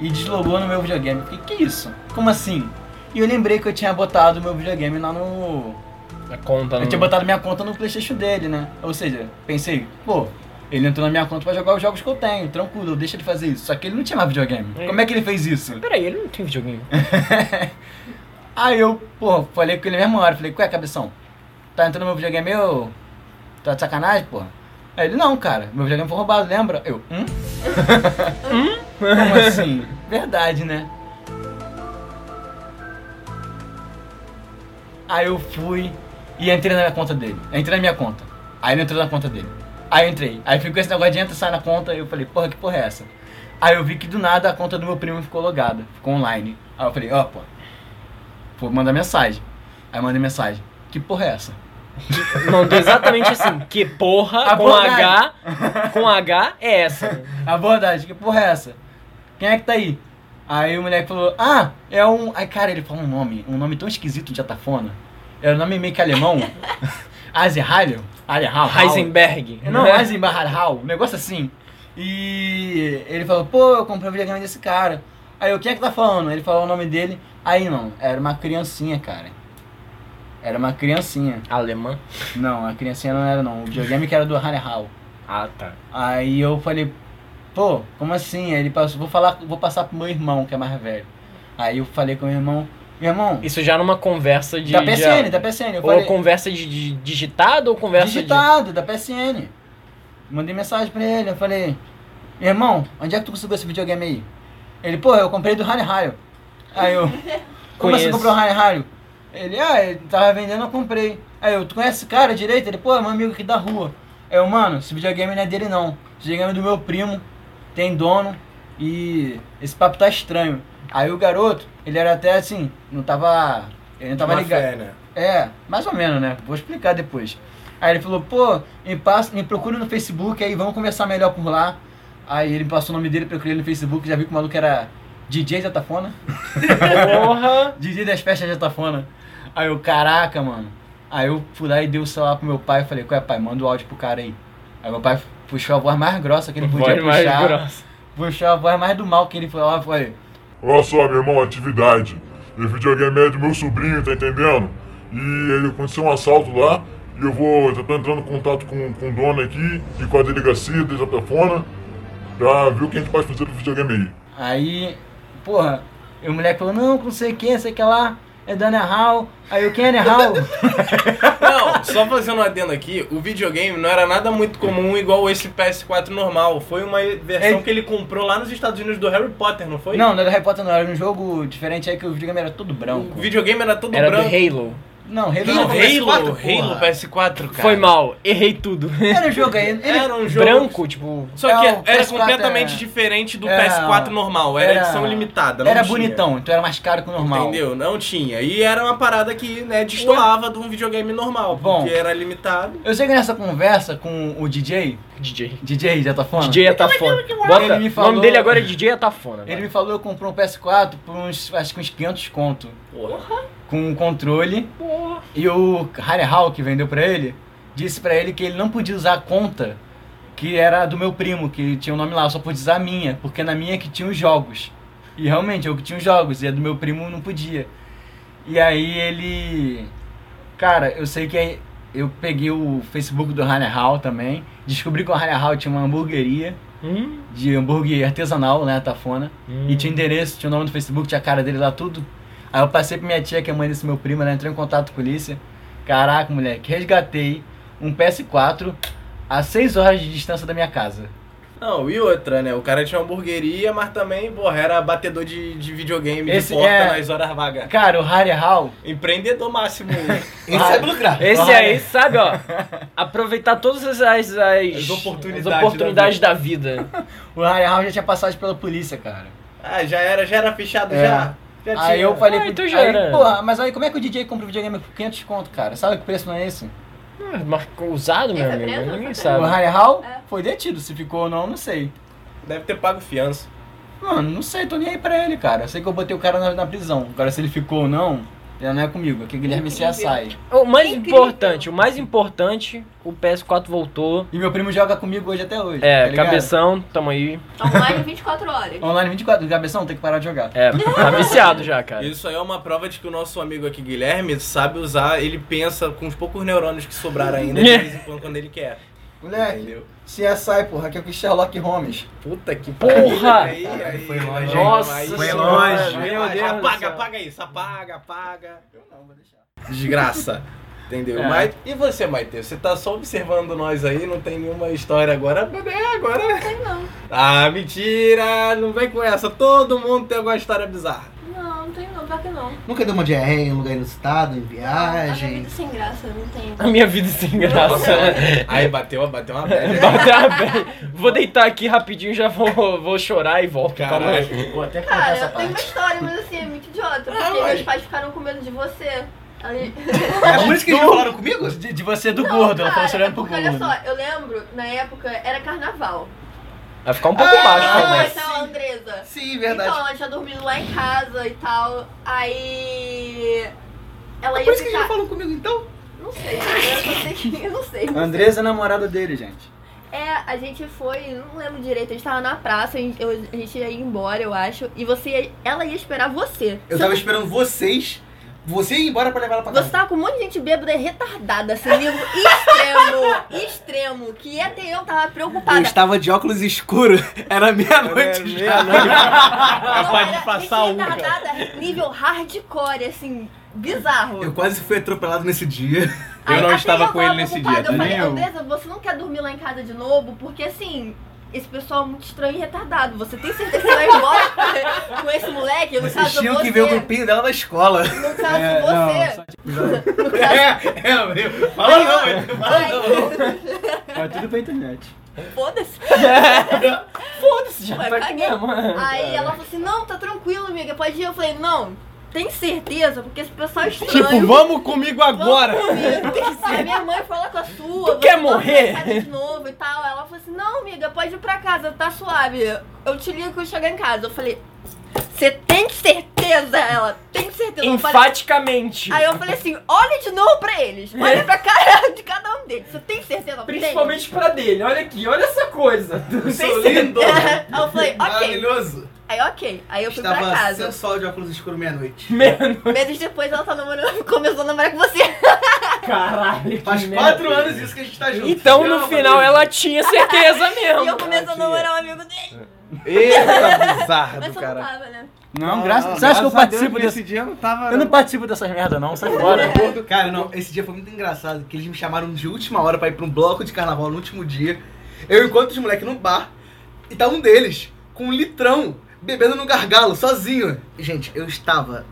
E deslogou no meu videogame. Eu Fiquei, que isso? Como assim? E eu lembrei que eu tinha botado meu videogame lá no.
A É conta,
Eu
não.
tinha botado minha conta no Playstation dele, né? Ou seja, pensei, pô, ele entrou na minha conta pra jogar os jogos que eu tenho, tranquilo, deixa ele fazer isso. Só que ele não tinha mais videogame.
É.
Como é que ele fez isso?
Peraí, ele não tem videogame.
Aí eu, pô, falei com ele na mesma hora, falei, ué, cabeção, tá entrando no meu videogame meu? Tá de sacanagem, porra? Aí ele, não, cara, meu videogame foi roubado, lembra? Eu, hum? Como assim? Verdade, né? Aí eu fui e entrei na minha conta dele. Entrei na minha conta. Aí ele entrou na conta dele. Aí eu entrei. Aí ficou esse negócio de entra, sai na conta. E eu falei, porra, que porra é essa? Aí eu vi que do nada a conta do meu primo ficou logada. Ficou online. Aí eu falei, ó, pô. Vou mandar mensagem. Aí eu mandei mensagem. Que porra é essa?
Mandou exatamente assim. Que porra
A
com
abordagem.
H. Com H é essa.
Abordagem, que porra é essa? Quem é que tá aí? Aí o moleque falou, ah, é um. Aí, cara, ele falou um nome, um nome tão esquisito de atafona. Era um nome meio que alemão. Eisenhall? Heisenberg.
Heisenberg.
Não,
né?
Eisenhall, um negócio assim. E ele falou, pô, eu comprei o videogame desse cara. Aí eu, quem é que tá falando? Ele falou o nome dele. Aí não, era uma criancinha, cara. Era uma criancinha.
Alemã.
Não, a criancinha não era não. O videogame que era do Heisenhall.
Ah, tá.
Aí eu falei, pô, como assim? Aí ele passou, vou falar, vou passar pro meu irmão, que é mais velho. Aí eu falei com o meu irmão, meu irmão, tá
Isso já numa conversa de.
da
de-
PSN, da PSN. Eu
Ou
falei,
conversa de, de digitado ou conversa
digitado, da PSN. Mandei mensagem pra ele, eu falei, meu irmão, onde é que tu conseguiu esse videogame aí? Ele, pô, eu comprei do Hanihio. Aí eu, como assim
Conheço.
comprou o Hanihio? Ele, ah, ele tava vendendo, eu comprei. Aí eu, tu conhece esse cara direito? Ele, pô, é meu amigo aqui da rua. Aí eu, mano, esse videogame não é dele não. Esse videogame é do meu primo, tem dono e esse papo tá estranho. Aí o garoto, ele era até assim, não tava, ele não tava
Uma
ligado.
fé, né?
É, mais ou menos, né? Vou explicar depois. Aí ele falou, pô, me, passa, me procura no Facebook, aí vamos conversar melhor por lá. Aí ele me passou o nome dele, procurei ele no Facebook, já vi que o maluco era DJ da Tafona.
de. Porra!
DJ das festas da Tafona. Aí eu, caraca, mano. Aí eu fui lá e dei o celular pro meu pai e falei, ué, pai, manda o áudio pro cara aí. Aí meu pai puxou a voz mais grossa que ele podia
Voz mais
puxar.
grossa.
puxou a voz mais do mal que ele foi lá e falei,
Olha só, meu irmão, atividade. O videogame é do meu sobrinho, tá entendendo? E ele aconteceu um assalto lá. E eu vou. Já tô entrando em contato com, com o dono aqui e com a delegacia da Japafona pra ver o que a gente pode fazer pro videogame aí.
Aí, porra, e o moleque falou, não, não sei quem, sei que lá, é Dana Hall. Aí eu, quem é Dana Hall?
Não, só fazendo um adendo aqui, o videogame não era nada muito comum igual esse PS4 normal. Foi uma versão
É.
que ele comprou lá nos Estados Unidos do Harry Potter, não foi?
não, não era Harry Potter não, era um jogo diferente aí que o videogame era todo branco.
O videogame era todo
Era do
branco.
Halo.
Não, Halo
Não,
não,
Halo, é-
era
PS4,
PS4,
Halo
porra.
PS4, cara.
Foi mal, errei tudo.
Era um jogo aí, ele...
Era um jogo
Branco, tipo.
Só
É,
que
o
era
PS4
completamente
é-
diferente do
era-
PS4 normal, era, edição limitada, não
Era
tinha.
bonitão, então era mais caro que o normal.
Entendeu? Não tinha. E era uma parada que, né, destoava de um videogame normal,
Bom.
porque era limitado.
Eu sei que nessa conversa com o DJ,
DJ.
DJ já tá falando?
DJ Atafona. Bota,
Ele me
O nome
falou-
dele agora é DJ Atafona.
Ele
vai.
me falou que comprou um PS4 por uns, acho que uns 500 conto.
Porra.
com um controle. E o Harry Hall, que vendeu pra ele, disse pra ele que ele não podia usar a conta que era do meu primo, que tinha o nome lá, eu só podia usar a minha, porque na minha é que tinha os jogos. E realmente, eu que tinha os jogos, e a do meu primo não podia. E aí ele. Cara, eu sei que eu peguei o Facebook do Rainer Hall também. Descobri que o Rainer Hall tinha uma hamburgueria
Hum,
de hambúrguer artesanal, né, Tafona.
hum.
E tinha endereço, tinha o nome do Facebook, tinha a cara dele lá, tudo. Aí eu passei pra minha tia, que é mãe desse meu primo, ela entrou em contato com a polícia. Caraca, moleque, resgatei um PS4 a 6 horas de distância da minha casa.
Não, e outra, né? O cara tinha uma hamburgueria, mas também, porra, era batedor de, de videogame
Esse
de porta
é-
nas horas vagas.
Cara, o Harry Hall,
Empreendedor máximo.
Ele
Ah,
sabe lucrar.
Esse
Olha.
aí, sabe, ó, aproveitar todas as, as, as-
As oportunidades
as oportunidades da, vida.
o Harry Hall já tinha passagem pela polícia, cara.
ah, já era, já era fechado,
É.
já. já
Aí eu falei,
Ah,
pro-
então já
aí,
era.
porra, mas aí como é que o DJ compra um videogame por 500 conto, cara? Sabe que preço não é esse?
Ah, Mas usado, meu
Essa
amigo,
criança
ninguém
não
O
sabe.
Harry Hall
É.
foi detido, se ficou ou não, não sei.
Deve ter pago fiança.
Mano, não sei, tô nem aí pra ele, cara. Eu sei que eu botei o cara na, na prisão. Agora, se ele ficou ou não, já não é comigo. Aqui o Guilherme se sai.
O mais
Incrível.
importante, o mais importante, o PS4 voltou.
E meu primo joga comigo hoje até hoje. tá
É,
ligado?
cabeção, tamo aí.
São mais de 24 horas.
Online 24, cabeção, tem que parar de jogar.
É, tá viciado já, cara.
Isso aí é uma prova de que o nosso amigo aqui, Guilherme, sabe usar, ele pensa com os poucos neurônios que sobraram ainda, de vez em quando, quando ele quer. Entendeu?
se é sai, porra, que eu quis Sherlock Holmes.
Puta que
Porra!
Aí, aí,
Foi longe, hein?
Nossa
aí,
Foi
senhora,
longe.
Meu Deus do
apaga,
céu.
apaga isso, apaga, apaga. Eu não, vou deixar. Desgraça. Entendeu?
É.
Mas, e você, Maite? Você tá só observando nós aí, não tem nenhuma história agora? É, agora.
Sei não.
Ah, mentira! Não vem com essa. Todo mundo tem alguma história bizarra.
Não, não tem não, pior que não.
Nunca deu uma diarreia em um lugar inusitado, em
A minha
viagem.
vida sem graça, eu não tenho.
A minha vida sem graça. né?
Aí bateu, bateu uma velha.
Tá bem. Vou deitar aqui rapidinho, já vou, vou chorar e volto. tá
Caralho.
Vou até contar
Cara,
essa
eu tenho uma
parte.
história, mas assim, é muito idiota.
Ah,
Porque
mas-
meus pais ficaram com medo de você. Aí-
É por isso que eles não falaram comigo?
De, de você do gordo, ela
Cara, é
falou você olhando pro
porque olha
gordo.
só, eu lembro, na época, era carnaval.
Vai ficar um pouco baixo
Ah,
também.
então, Andresa.
Sim, verdade.
Então, ela tinha dormido lá em casa e tal. Aí. Ela
É por
ia
isso que eles não
ficar.
falam comigo então?
Não sei, né? eu só sei que. Eu não sei.
Andresa é namorada dele, gente.
É, a gente foi, não lembro direito, a gente tava na praça, a gente, eu- a gente ia ir embora, eu acho. E você ia- ela ia esperar você.
Eu tava esperando vocês. Você ir embora pra levar ela pra
Você
casa.
tava com um monte de gente bêbada e retardada, assim, nível extremo, extremo, que até eu tava preocupada.
estava de óculos escuro. Era meia-noite
tá Capaz
Não,
de
era
passar
gente
um, cara.
retardada, nível hardcore, assim, bizarro.
Eu quase fui atropelado nesse dia.
Eu não
até
estava com ele
tava
nesse
preocupada,
dia,
Eu
nem
falei,
eu.
Andressa, você não quer dormir lá em casa de novo? Porque assim, esse pessoal é muito estranho e retardado. Você tem certeza que você vai embora com esse moleque? Eu não
Vocês
caso
tinham
você.
que ver o grupinho dela na escola.
No caso você.
É, é, meu. Fala não, hein?
Ai,
Mas É tudo pra internet.
Foda-se.
Foda-se, já
É
Ué,
tá aqui
caguei.
mesmo.
Aí ela falou assim, não, tá tranquilo, amiga, pode ir. Eu falei, não, tem certeza? Porque esse pessoal é estranho.
Tipo, vamos comigo agora!
A minha mãe fala com a sua.
Tu quer
você dorme
morrer?
na casa de novo e tal. Ela falou assim: não, amiga, pode ir pra casa, tá suave. Eu te ligo quando chegar em casa. Eu falei: você tem certeza? Ela tem certeza. Eu falei-
Enfaticamente.
Aí eu falei assim: olha de novo pra eles. Olha pra cara de cada um deles. Você tem certeza? Eu falei,
Principalmente pra dele, olha aqui, olha essa coisa.
Sou lindo!
"Tenho." Aí eu falei: ok.
Maravilhoso!
Aí, ok. Aí eu fui pra
Estava
casa.
sensual de óculos escuro meia-noite.
Mano,
Meses depois ela tá namorando, começou a namorar com você.
É caralho. que
Faz
merda.
quatro anos isso que a gente tá junto.
Então no final ela tinha certeza
E eu
mesmo.
comecei a namorar um amigo dele.
Eita,
É
bizarra
Mas
do
eu não
cara.
tava, né?
Não, graças. você acha que eu participo desse?
desse dia? Eu não tava.
Eu não participo dessas merda não, sai fora.
Cara, não, esse dia foi muito engraçado, que eles me chamaram de última hora pra ir pra um bloco de carnaval no último dia. Eu encontro os moleques no bar e tá um deles com um litrão bebendo no gargalo, sozinho. Gente, eu estava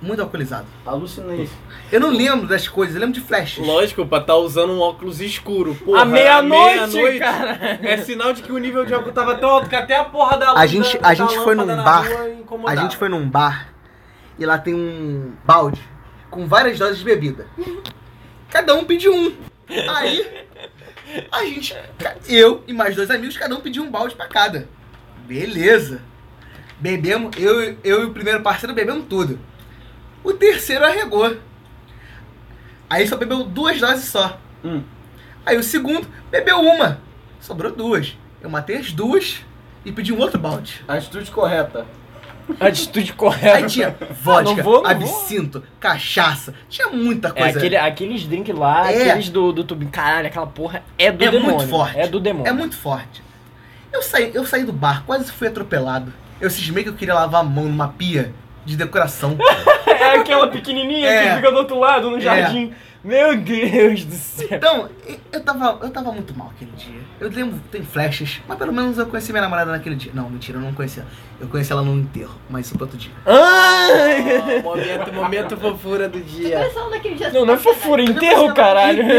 muito alcoolizado.
Alucinei.
Eu não lembro das coisas, eu lembro de flashes.
Lógico, pra tá usando um óculos escuro. Porra,
À meia-noite,
meia-noite
cara.
É sinal de que o nível de álcool tava tão alto que até a porra da luz
A gente-
da-
a
da
gente foi
lâmpada
num
na
bar.
rua
A
incomodava.
gente foi num bar e lá tem um balde com várias doses de bebida. Cada um pediu um. Aí a gente, eu e mais dois amigos, cada um pediu um balde pra cada. Beleza. Bebemos, eu, eu e o primeiro parceiro bebemos tudo. O terceiro arregou. Aí só bebeu duas doses só.
Hum.
Aí o segundo bebeu uma. Sobrou duas. Eu matei as duas e pedi um outro balde.
Atitude correta.
Atitude
Aí
correta.
tinha
Ah,
vodka,
É. não vou, não
absinto, cachaça, tinha muita
É,
coisa.
aquele, aqueles drinks lá,
É.
aqueles do, do tubinho. Caralho, aquela porra é do
É muito
demônio.
forte.
É do demônio.
É muito forte. Eu saí, eu saí do bar, quase fui atropelado. Eu cismei que eu queria lavar a mão numa pia de decoração.
É aquela pequenininha
É.
que fica do outro lado, no
É.
jardim. Meu Deus do céu.
Então, e- eu tava, eu tava muito mal aquele dia. Eu lembro, tem flechas, mas pelo menos eu conheci minha namorada naquele dia. Não, mentira, eu não conheci ela. Eu conheci ela no enterro, mas isso pra outro dia.
Ai!
Ah, momento, momento fofura do dia.
Começando daquele dia.
Não, não é fofura, é enterro, caralho.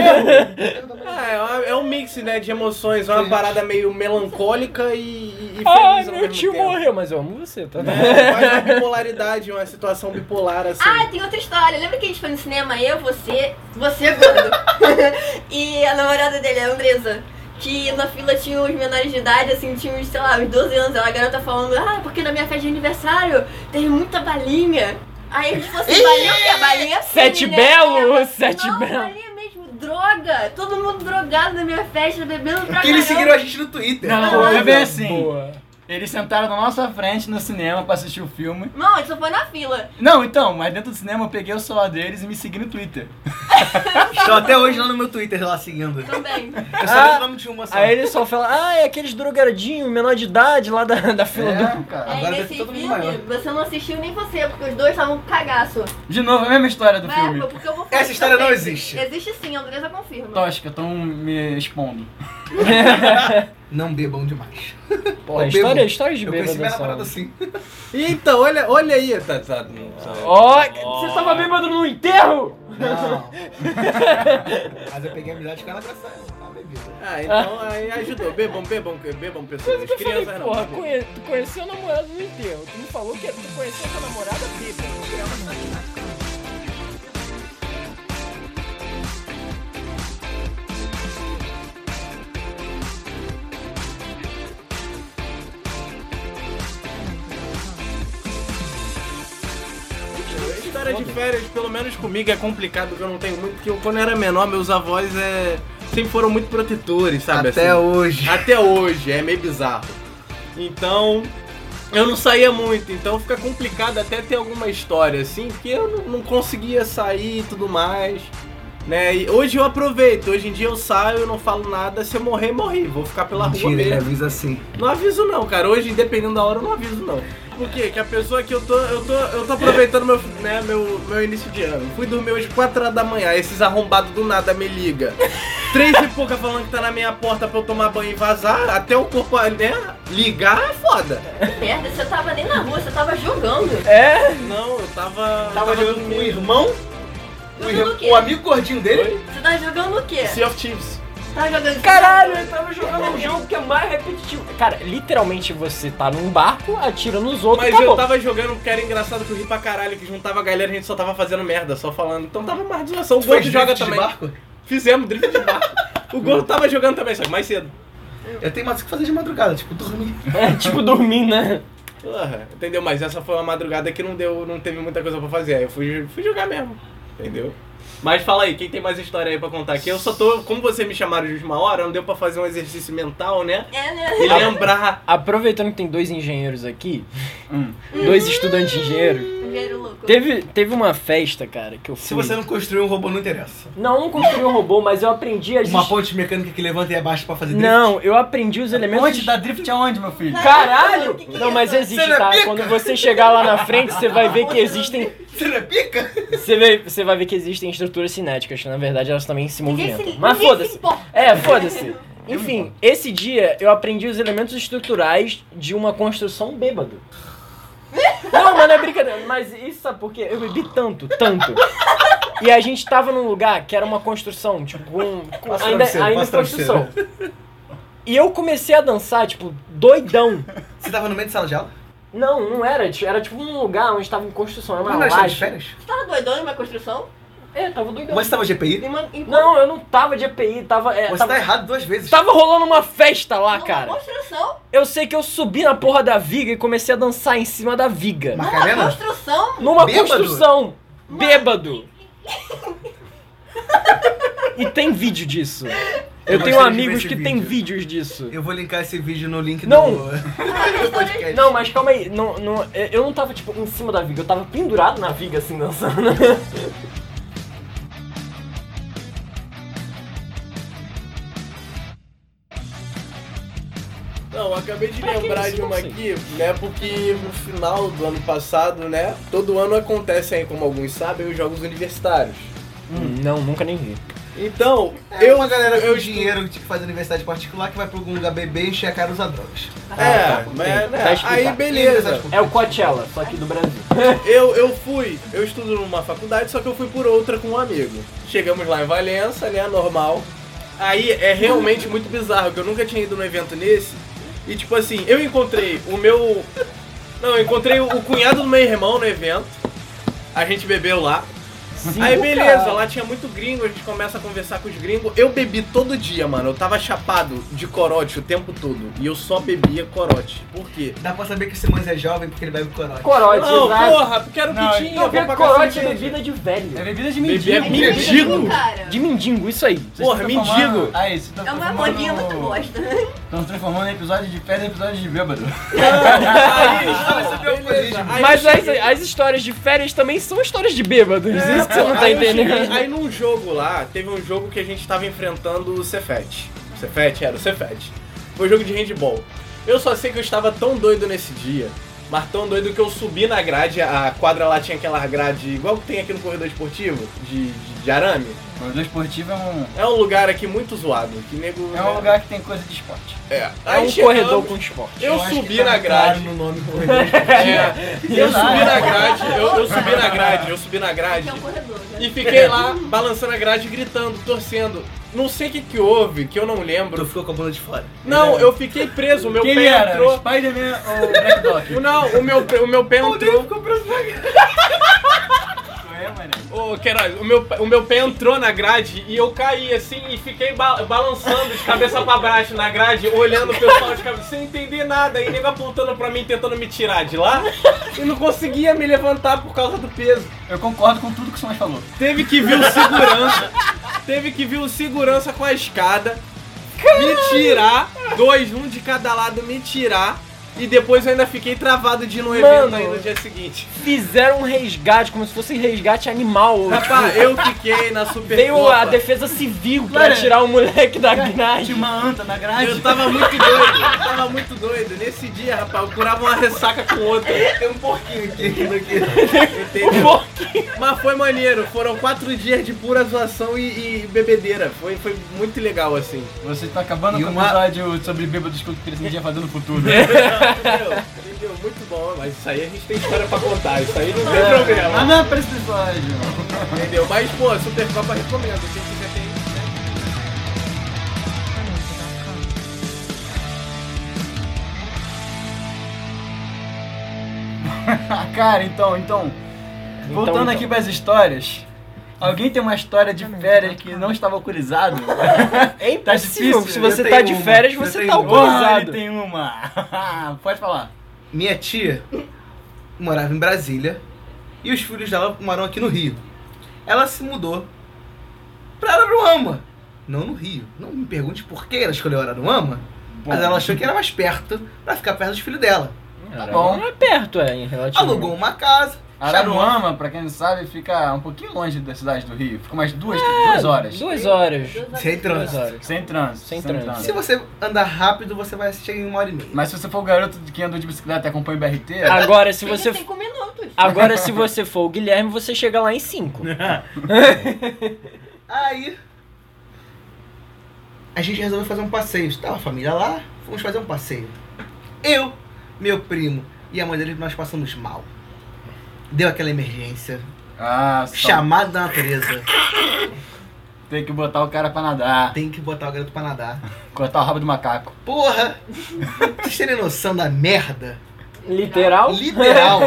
Ah, é uma- é um mix, né, de emoções. É uma
Sim.
parada meio melancólica e, e- e feliz
Ai,
ao
meu
mesmo
tio
tempo.
morreu, mas eu amo você, tá?
É, faz uma bipolaridade, uma situação bipolar, assim.
Ah, tem outra história. Lembra que a gente foi no cinema? Eu, você, você, gordo. e a namorada dele, a Andresa. Que na fila tinha os menores de idade, assim, tinha uns, sei lá, uns 12 anos. Ela, a garota falando, ah, porque na minha festa de aniversário tem muita balinha. Aí a gente falou assim, balinha o quê? Balinha é
Sete
assim, né?
belo,
Ela,
sete
não,
belo.
balinha mesmo, droga. Todo mundo drogado na minha festa, bebendo pra
Porque eles
caramba.
seguiram a gente no Twitter.
Não, não,
Coisa
é bem assim.
boa.
Eles sentaram na nossa frente no cinema pra assistir o filme.
Não, ele só foi na fila.
Não, então, mas dentro do cinema eu peguei o celular deles e me segui no Twitter.
Estão até hoje lá no meu Twitter, lá seguindo. Eu
Também.
só
Ah,
lembro o nome de uma só.
Aí ele só fala, ah, é aqueles drogadinhos, menor de idade lá da, da fila do.
É, cara.
Aí
Agora deve
É, nesse
ter todo mundo
filme,
maior.
você não assistiu nem você, porque os dois estavam com cagaço.
De novo, a mesma história do
Mas,
filme.
pô, porque eu vou falar
Essa história não
também.
existe. Então é.
Existe sim, a Andresa confirma.
Tóxica, estão me expondo.
Não bebam demais.
Pô,
Eu
história,
bebo.
história de
Eu conheci
bêbado
minha
só.
namorada assim.
Então, olha, olha aí, tá, tá,
Ó, você tava bêbado no enterro?
Não. Mas eu peguei amizade com ela graças a ela, bebida.
Ah, então aí ajudou. Bebam, bebam, bebam, pessoas.
Eu falei,
Crianças não.
porra, conhe- tu conheceu o namorado no enterro. Tu me falou que tu conheceu a tua namorada bêbado.
História de férias, pelo menos comigo, é complicado, porque eu não tenho muito. Porque eu, quando era menor, meus avós é, sempre foram muito protetores, sabe?
Até
assim?
hoje.
Até hoje, é meio bizarro. Então, eu não saía muito, então fica complicado até ter alguma história assim, porque eu não, não conseguia sair e tudo mais. Né? E hoje eu aproveito, hoje em dia eu saio, eu não falo nada, se eu morrer, morri, vou ficar pela rua
Mentira, ele
mesmo.
avisa assim.
Não aviso não, cara. Hoje, dependendo da hora, eu não aviso não. Por quê? Que a pessoa que eu tô. Eu tô, eu tô aproveitando meu, né, meu, meu início de ano. Fui dormir hoje 4 horas da manhã, esses arrombados do nada me liga. Três e pouca falando que tá na minha porta pra eu tomar banho e vazar, até o corpo né, ligar é foda.
Que merda, você tava nem na rua, você tava jogando.
É?
Não, eu tava.
Tava jogando com o irmão, o,
Jogando
irmão-
o quê?
o amigo gordinho dele.
Você tava jogando o quê?
Sea of Thieves.
Tava jogando.
Caralho, eu tava jogando um jogo que é mais repetitivo. Cara, literalmente você tá num barco, atira nos outros,
Mas eu
acabou.
tava jogando porque era engraçado que eu ri pra caralho, que juntava a galera e a gente só tava fazendo merda, só falando. Então tava mais desolação. O Gordo
Foi
joga
drift de
também.
barco.
Fizemos drift de barco. O Gordo tava jogando também, só que mais cedo.
Eu tenho mais o que fazer de madrugada, tipo, dormir.
É, tipo dormir, né?
Porra, entendeu? Mas essa foi uma madrugada que não deu, não teve muita coisa pra fazer. Aí eu fui, fui jogar mesmo, entendeu? Mas fala aí, quem tem mais história aí pra contar? Que eu só tô, como vocês me chamaram de última hora, não deu pra fazer um exercício mental, né?
É, né?
E lembrar.
Aproveitando que tem dois engenheiros aqui,
Hum.
dois estudantes engenheiros,
Dinheiro louco.
teve, teve uma festa, cara, que eu fui.
Se você não construir um robô, não interessa.
Não, eu não construí um robô, mas eu aprendi as.
Uma
est-
ponte mecânica que levanta e abaixa pra fazer
Não, eu aprendi os
É
elementos.
Onde dá drift aonde, meu filho?
Caralho!
Que que é
Não, mas
isso?
existe,
Você não é
tá?
pica?
Quando você chegar lá na frente, você vai ver que existem.
drift. Você não é pica?
Você vai, você vai ver que existem estruturas cinéticas, que na verdade elas também se
Ninguém
movimentam.
se,
Mas
ninguém se
foda-se.
importa.
É, foda-se. Enfim, esse dia eu aprendi os elementos estruturais de uma construção bêbado. Não, mas não é brincadeira. Mas isso sabe por quê? Eu bebi tanto, tanto. E a gente tava num lugar que era uma construção, tipo, um, com-
Passa
ainda,
travesseiro,
ainda em
passa
construção. E eu comecei a dançar, tipo, doidão.
Você tava no meio de sala de aula?
Não, não era, ti- era tipo um lugar onde tava em construção, era
Não,
uma
era sala de
laje.
férias?
Você tava Tá doidão numa construção?
É, tava doidão.
Mas você tava GPI?
Em uma- em-
Não, eu não tava de EPI, tava. é,
Você
tava...
tá errado duas vezes.
Tava rolando uma festa lá,
ah,
numa
cara.
construção?
Eu sei que eu subi na porra da viga e comecei a dançar em cima da viga.
Ah, tá
Numa
Macarena?
construção?
Numa
Bêbado?
construção. Bêbado. e tem vídeo disso. Eu
Eu
tenho
gostaria de ver
amigos
esse
que
vídeo.
têm vídeos disso.
Eu vou linkar esse vídeo no link
Não.
do é
Ah,
podcast.
Não, mas calma aí, não, não, eu- eu não tava tipo em cima da viga, eu tava pendurado na viga assim dançando.
Não, eu acabei de
Pra que
lembrar
isso?
de
Não
uma
sei.
aqui, né? Porque no final do ano passado, né? Todo ano acontecem, como alguns sabem, os jogos universitários.
Hum, não, nunca nem vi.
Então,
eu,
É,
eu.
É uma galera com
eu
dinheiro que faz universidade particular que vai pra algum lugar beber e encher a cara usar drogas.
É,
Tem,
mas, né,
tá explicado.
aí beleza.
É o Coachella, só que do Brasil.
Eu, eu fui, eu estudo numa faculdade, só que eu fui por outra com um amigo. Chegamos lá em Valença, né, normal. Aí é realmente muito bizarro, que eu nunca tinha ido num evento nesse. E tipo assim, eu encontrei o meu... Não, eu encontrei o cunhado do meu irmão no evento. A gente bebeu lá. Aí beleza, lá tinha muito gringo, a gente começa a conversar com os gringos. Eu bebi todo dia, mano. Eu tava chapado de corote o tempo todo. E eu só bebia corote. Por quê?
Dá pra saber que esse mano é jovem porque ele bebe corote.
Corote,
Não,
exato.
porra, porque era o
Não,
que tinha.
Não, porque
pra pagar
corote é
cerveja.
bebida de
É
velho.
bebida de
Bebê é
mendigo.
mendigo. Digo.
Cara,
De mendigo, isso aí.
Vocês
Porra,
estão
mendigo.
transformando- Aí, vocês estão
é uma
transformando-
modinha muito bosta.
Estão transformando episódio de pedra em episódio de bêbado.
Aí, beleza. Aí
Mas é
eu
as,
cheguei-
as histórias de férias também são histórias de bêbados, isso que você não tá
aí eu cheguei-
entendendo.
Aí num jogo lá, teve um jogo que a gente tava enfrentando o Cefet. Cefet era o Cefet. Foi um jogo de handball. Eu só sei que eu estava tão doido nesse dia, mas tão doido que eu subi na grade, a quadra lá tinha aquela grade igual que tem aqui no corredor esportivo, de, de, de arame.
Corredor esportivo é um,
É um lugar aqui muito zoado, que nego...
é um lugar que tem coisa de esporte.
É,
É
Aí
um
chegamos,
corredor com esporte.
Eu,
acho que
subi
tá
na
claro
grade.
No nome tipo, corredor.
É, eu
Sei lá.
subi na grade, eu, eu subi na grade, eu subi na grade.
Que é um corredor, né?
E fiquei lá, balançando a grade, gritando, torcendo. Não sei o que, que houve, que eu não
Tu
lembro.
ficou com a bunda de fora.
Não, eu fiquei preso, o meu
Quem
pé
era?
entrou.
Spider-Man ou Black Dog?
O- Não, o meu, pé- o meu pé entrou.
é, mano?
Ô, Queiroz, o meu, pé- o meu pé entrou na grade e eu caí assim e fiquei ba- balançando de cabeça pra baixo na grade, olhando o pessoal de cabeça, sem entender nada, e nego apontando pra mim, tentando me tirar de lá. E não conseguia me levantar por causa do peso.
Eu concordo com tudo que o Samuel falou.
Teve que vir o segurança. teve que vir o segurança com a escada. Me tirar. Dois, um de cada lado, me tirar. E depois eu ainda fiquei travado de ir no evento
Mano.
aí no dia seguinte.
Fizeram um resgate, como se fosse um resgate animal.
Rapaz, eu fiquei na super.
Veio a defesa civil pra
Cara,
tirar o moleque da
Tinha
gnagem.
uma anta na grade.
Eu tava muito doido, eu tava muito doido. Nesse dia, rapaz, eu curava uma ressaca com outra.
Tem um porquinho aqui, aqui, aqui.
Um
Entendeu? Mas foi maneiro, foram quatro dias de pura zoação e, e bebedeira. Foi, foi muito legal assim.
Você tá acabando
E
com o
uma-
episódio sobre bêbados que o Crescente ia fazer no futuro.
Entendeu? Entendeu? Muito bom, mas isso aí a gente tem história pra contar, isso aí não tem problema.
Ah, não, pra esse episódio.
Entendeu? Mas, pô, Supercopa recomendo. Quem quiser tem. né?
Ah, Cara, então, então. voltando
então.
aqui pras histórias. Alguém tem uma história de férias que não estava alcoolizado?
É
Tá
impossível.
difícil,
Se
eu
você
tenho
tá de
uma,
férias,
eu
você
tenho
tá
uma.
Ah, ele
alcoolizado.
tem uma. Pode falar.
Minha tia morava em Brasília e os filhos dela moram aqui no Rio. Ela se mudou pra Araruama. Não no Rio. Não me pergunte por que ela escolheu Araruama, mas ela achou que era mais perto pra ficar perto dos filhos dela.
Tá bom.
Não é perto, é, em relativo.
Alugou uma casa. chamou-
Araruama, pra quem não sabe, fica um pouquinho longe da cidade do Rio. Fica umas duas, duas horas.
É, Duas horas.
Sem
Duas
trânsito.
horas.
Sem trânsito.
Sem trânsito.
Se você andar rápido, você vai chegar em uma hora e meia.
Mas se você for o garoto de quem andou de bicicleta e acompanha o BRT,
Agora, se
Tem
você.
cinco minutos.
Agora, se você for o Guilherme, você chega lá em cinco.
Aí a gente resolveu fazer um passeio. Estava a família lá, fomos fazer um passeio. Eu, meu primo e a mãe dele, nós passamos mal. Deu aquela emergência.
ah, só
Chamado da natureza.
tem que botar o cara pra nadar,
Tem que botar o garoto pra nadar.
cortar o rabo do macaco.
Porra! Vocês terem noção da merda?
Literal?
Literal!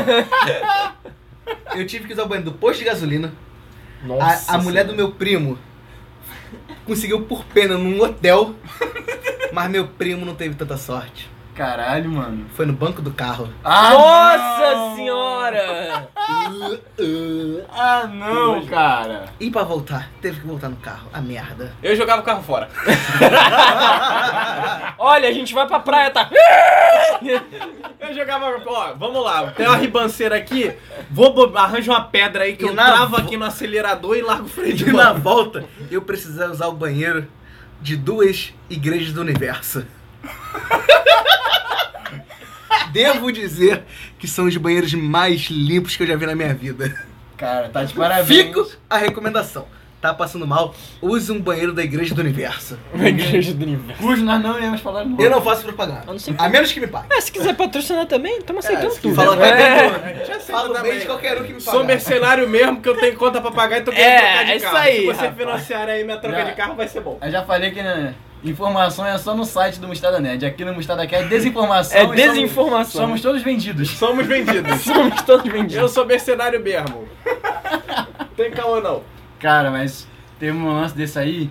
Eu tive que usar o banheiro do posto de gasolina.
Nossa.
A, a mulher do meu primo conseguiu por pena num hotel. Mas meu primo não teve tanta sorte.
Caralho, mano.
Foi no banco do carro.
Ah,
Nossa
não!
senhora!
Ah, não, cara.
E pra voltar? Teve que voltar no carro. A merda.
Eu jogava o carro fora.
Olha, a gente vai pra praia, tá?
Eu jogava, ó, vamos lá, tem uma ribanceira aqui, vou bo- arranjo uma pedra aí que
E
eu
na vo-
travo aqui no acelerador e largo o freio de
E na
mão.
volta, eu precisava usar o banheiro de duas igrejas do universo. Devo dizer que são os banheiros mais limpos que eu já vi na minha vida.
Cara, tá de parabéns.
Fico a recomendação. Tá passando mal? Use um banheiro da igreja do universo.
Na igreja do universo.
Cujo nós não iremos falar no
Eu não faço propaganda.
Eu não sei
A menos que me pague.
Ah, se quiser patrocinar também, estamos aceitando
É, se é
tudo.
Fala
né?
até bem do-
Já sei
Falo
também.
bem de qualquer um que me pagar.
Sou mercenário mesmo, que eu tenho conta pra pagar e tô querendo
É,
trocar de
é isso
carro.
aí,
Se você
rapaz.
financiar aí minha troca
Já.
de carro, vai ser bom.
Eu já falei que né, informação é só no site do Mostarda Nerd. Aqui no Mostarda Cast é desinformação.
É
e somos-
desinformação.
Somos, todos vendidos.
Somos vendidos.
Somos todos
Eu
vendidos.
sou mercenário mesmo. Tem calma não.
Cara, mas teve um lance desse aí.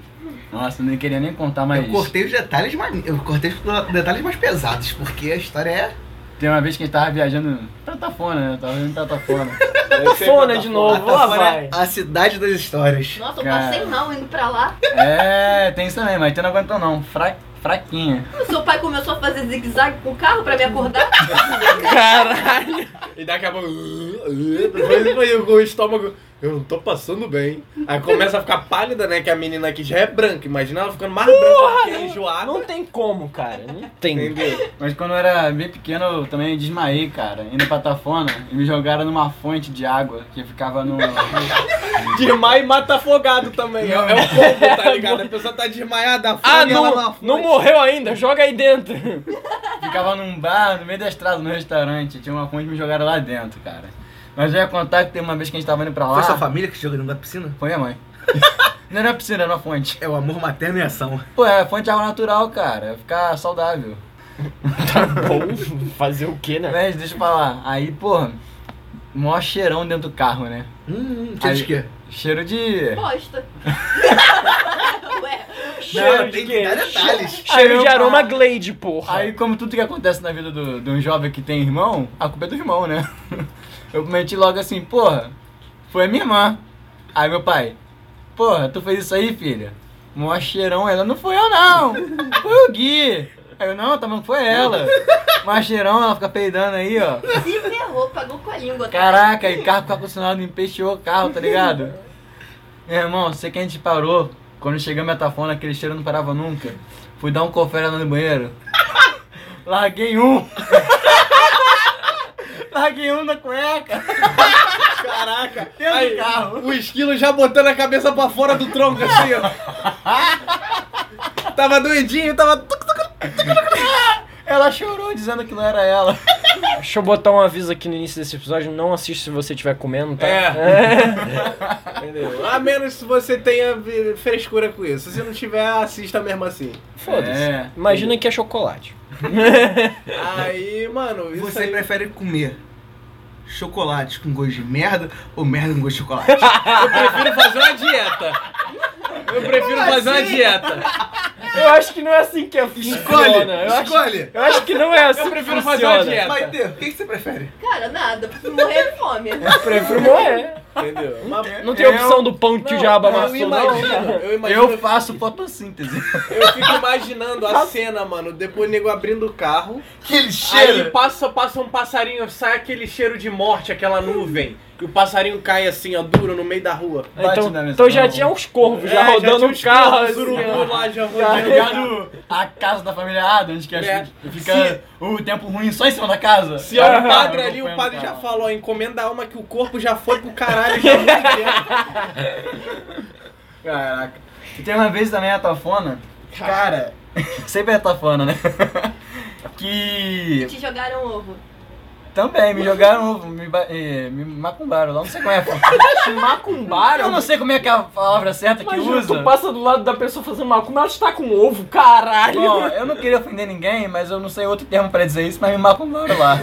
Nossa, eu nem queria nem contar, mas.
Eu cortei os detalhes mais. Eu cortei os detalhes mais pesados, porque a história é.
Tem uma vez que a gente tava viajando. Tratafona, né? Tava viajando em Tratafona.
É, tá
Fona de novo, lá
Atafora
vai.
é a cidade das histórias.
Nossa, eu
Cara.
passei mal indo pra lá.
é, tem isso também, mas tu não aguentou não. Fra- fraquinha.
O seu pai começou a fazer zigue-zague com o carro pra me acordar.
Caralho.
E daqui a pouco. Depois foi o estômago. Eu não tô passando bem. Aí começa a ficar pálida, né? Que a menina aqui já é branca. Imagina ela ficando mais branca do que a enjoada.
Não tem como, cara. Não tem.
Entendeu?
Mas quando eu era bem pequeno, eu também desmaiei, cara. Indo pra Tratafona e me jogaram numa fonte de água que ficava no.
Desmaia e mata afogado também. É, é o combo, tá ligado? A pessoa tá desmaiada, afoga
Ah,
ela
não,
na
não
fonte.
morreu ainda. Joga aí dentro.
Ficava num bar, no meio da estrada, no restaurante. Tinha uma fonte e me jogaram lá dentro, cara. Mas eu ia contar que tem uma vez que a gente tava indo pra
Ah.
lá.
Foi sua família que jogou dentro da piscina?
Foi minha mãe. não era piscina, era uma fonte.
É o amor materno em ação.
Pô, é fonte de água natural, cara. Ia Ficar saudável.
Tá bom. Fazer o quê, né?
Mas deixa eu falar. Aí, porra, mó cheirão dentro do carro, né?
Hum, tinha de
Aí-
quê?
Cheiro de.
Bosta. Ué,
Cheiro de
tem
quê?
que dar detalhes.
Cheiro de
Aí eu-
aroma Glade, porra.
Aí, como tudo que acontece na vida do- de um jovem que tem irmão, a culpa é do irmão, né? Eu meti logo assim, porra, foi a minha irmã. Aí, meu pai, porra, tu fez isso aí, filha? Mó cheirão, ela, não foi eu não, foi o Gui. Aí eu, não, tá bom, foi ela. Mó cheirão, ela fica peidando aí, ó.
se ferrou, pagou com a língua. tá?
Caraca, e carro com ar-condicionado empesteou o carro, tá ligado? Meu irmão, sei que a gente parou. Quando chegamos em Atafona, aquele cheiro não parava nunca. Fui dar um confere lá no banheiro. Larguei um. Larguei um na cueca.
Caraca.
Dentro
Aí,
do carro.
O esquilo já botando a cabeça pra fora do tronco, assim, ó. tava doidinho, tava...
Ela chorou dizendo que não era ela.
Deixa eu botar um aviso aqui no início desse episódio. Não assiste se você estiver comendo, tá?
É. Entendeu? A menos se você tenha eh, frescura com isso. Se não tiver, assista mesmo assim.
Foda-se.
É.
Imagina que é chocolate.
Aí, mano, isso
Você
aí...
prefere comer chocolate com gosto de merda ou merda com gosto de chocolate?
Eu prefiro fazer uma dieta. Eu prefiro fazer uma dieta.
Eu acho que não é assim que é
Escolhe!
funciona. Eu acho,
escolhe!
eu acho que não é assim
Eu prefiro
que
fazer
funciona.
uma dieta.
Vai ter, o que, que você prefere?
Cara, nada, preciso morrer de fome.
Eu prefiro
é.
morrer.
Entendeu? Mas-
Não tem
Eu-
opção do pão que o diabo
eu
amassou, não.
imagino,
cara.
eu imagino,
Eu faço fotossíntese.
eu fico imaginando a cena, mano, depois o nego abrindo o carro,
Aquele
aí
cheiro!
passa, passa um passarinho, sai aquele cheiro de morte, aquela nuvem, e o passarinho cai assim, ó, duro, no meio da rua.
Bate na
Então,
mesa,
então já
não.
tinha uns corvos já
É,
rodando
tinha
um
uns
carro.
carros,
assim,
urubu
ó.
lá já
Tá
rodando.
ligado? A casa da família Adams, que
É.
acho que fica o tempo ruim só em cima da casa. Tá
Se é um
Cara,
padre
eu
ali, o
acompanho,
padre já
cara.
falou, ó, encomenda a alma que o corpo já foi pro caralho já é não tem.
Caraca. E tem uma vez também a Tafona. Cara, sempre é a Tafona, né? que.
Te jogaram ovo.
Também, me jogaram, me, ba- eh, me macumbaram lá, não sei como é.
Te macumbaram?
Eu não sei como é que é a palavra certa que
Imagina,
usa.
tu passa do lado da pessoa fazendo macumba, ela
tá
está com ovo, caralho.
Bom, eu não queria ofender ninguém, mas eu não sei outro termo pra dizer isso, mas me macumbaram lá.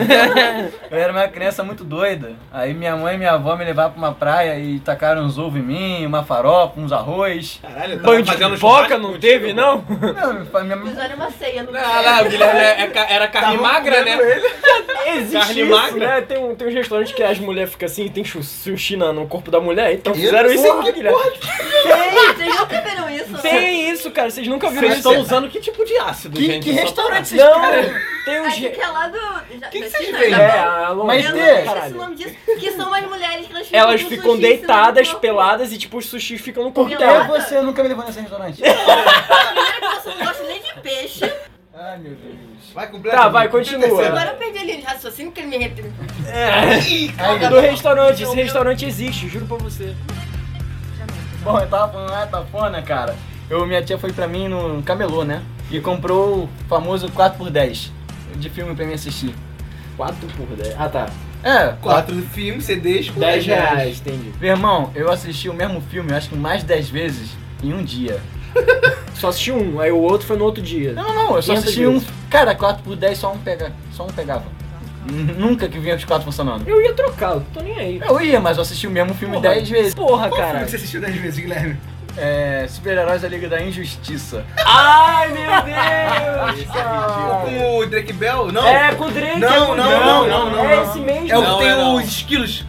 Eu era uma criança muito doida. Aí minha mãe e minha avó me levaram pra uma praia e tacaram uns ovos em mim, uma farofa, uns arroz.
Caralho, eu tava
Banho de
tá fazendo
pipoca
churrasco
não
contigo,
teve,
mano.
não?
Não, minha mãe-
Fizeram uma ceia no
Ah, lá, o Guilherme é- é ca- era carne magra, né?
Existe
Carne
isso,
magra?
né? Tem, um, tem uns restaurantes que as mulheres ficam assim e tem chu- sushi na- no corpo da mulher. Então
Que
fizeram isso
porra,
aqui, Guilherme.
Vocês nunca viram isso?
Tem isso, cara. Vocês nunca viram
Vocês
isso.
estão usando que tipo de ácido,
Que,
gente?
que
Só-
restaurante vocês
Não,
cara?
tem um...
Acho
ge-
que é lá do. da-
Que que
da
vocês
China,
veem?
da-
É, a
Mas
longe,
Eu não
tem-
esqueci o
caralho.
nome disso, que são as mulheres que elas ficam
Elas
com
ficam
um sushi em cima do
deitadas,
corpo.
peladas e tipo, os sushis ficam no
um
corpo
Por que
É?
dela.
você nunca me levou nesse restaurante?
Primeiro que você não gosta nem de peixe.
Ai, meu Deus.
Vai completar.
Tá, vai, continua.
Agora eu perdi a linha de raciocínio que ele me repete.
Do restaurante,
um
esse restaurante existe, juro pra você.
Bom, eu tava falando lá, tapona, cara. Eu, minha tia foi pra mim no camelô, né? E comprou o famoso 4x10 de filme pra mim assistir.
4 por 10. Ah tá.
É,
Quatro filmes, CDs com
10 reais, entendi.
Meu irmão, eu assisti o mesmo filme, eu acho que mais 10 vezes em um dia.
Só assisti um, aí o outro foi no outro dia.
Não, não, não, eu só
500
assisti um.
vezes.
Cara, 4 por 10 só um, pega, só um pegava. N- Nunca que vinha os 4 funcionando.
Eu ia trocar, eu tô nem aí.
Eu ia, mas eu assisti o mesmo filme
Porra.
10 vezes.
Porra,
Qual filme
cara.
que você assistiu dez vezes, Guilherme?
É. Super-heróis da Liga da Injustiça.
Ai, meu Deus! cara.
Com o Drake Bell? Não.
É, com o Drake.
Não,
é com o
não,
Drake.
não, não, não,
É
não.
esse mesmo.
É o
Não,
que tem
é não.
os esquilos.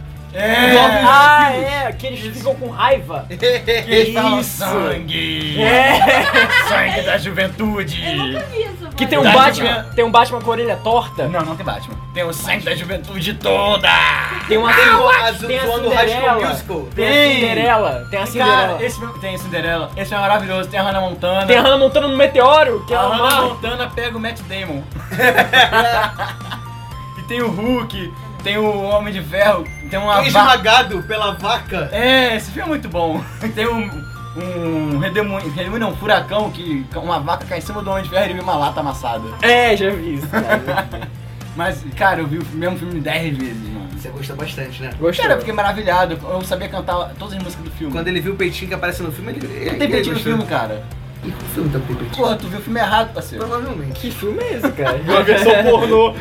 Ah, é, que eles ficam com raiva.
Eles falam
isso?
sangue!
É.
Sangue da juventude!
Isso,
Que
mano. Tá.
tem um
Tá,
Dá
Batman,
pra-
tem um Batman com a orelha torta.
Não, não tem Batman. Tem o sangue da juventude toda!
Tem uma
"Ah,
um azul
tem a
zoando o High School
Cinderela.
Musical.
Tem a
Tem.
Cinderela, tem a Cinderela.
Cara, esse filme tem Cinderela, esse filme é maravilhoso, tem a Hannah Montana.
Tem a Hannah montando no meteoro, que é
A
ela
Ah.
Hannah
amarra.
Montana pega o Matt Damon. e tem o Hulk, tem o Homem de Ferro, tem uma vaca.
Esmagado pela vaca.
É, esse filme é muito bom. Tem um. Um redemoinho, redemoinho não, um furacão que uma vaca cai em cima do Homem de Ferro e ele vê uma lata amassada.
É, já vi isso, cara.
Mas, cara, eu vi o mesmo filme 10 vezes, mano.
Você gosta bastante, né?
Gostou.
Cara, eu fiquei maravilhado. Eu sabia cantar todas as músicas do filme.
Quando ele viu o peitinho que aparece no filme, ele. ele
Não tem
ele
pedido no
gostou.
filme, cara.
E qual filme tá tem peitinho?
Porra, tu viu o filme errado, parceiro.
Provavelmente.
Que filme é esse, cara?
Uma versão pornô.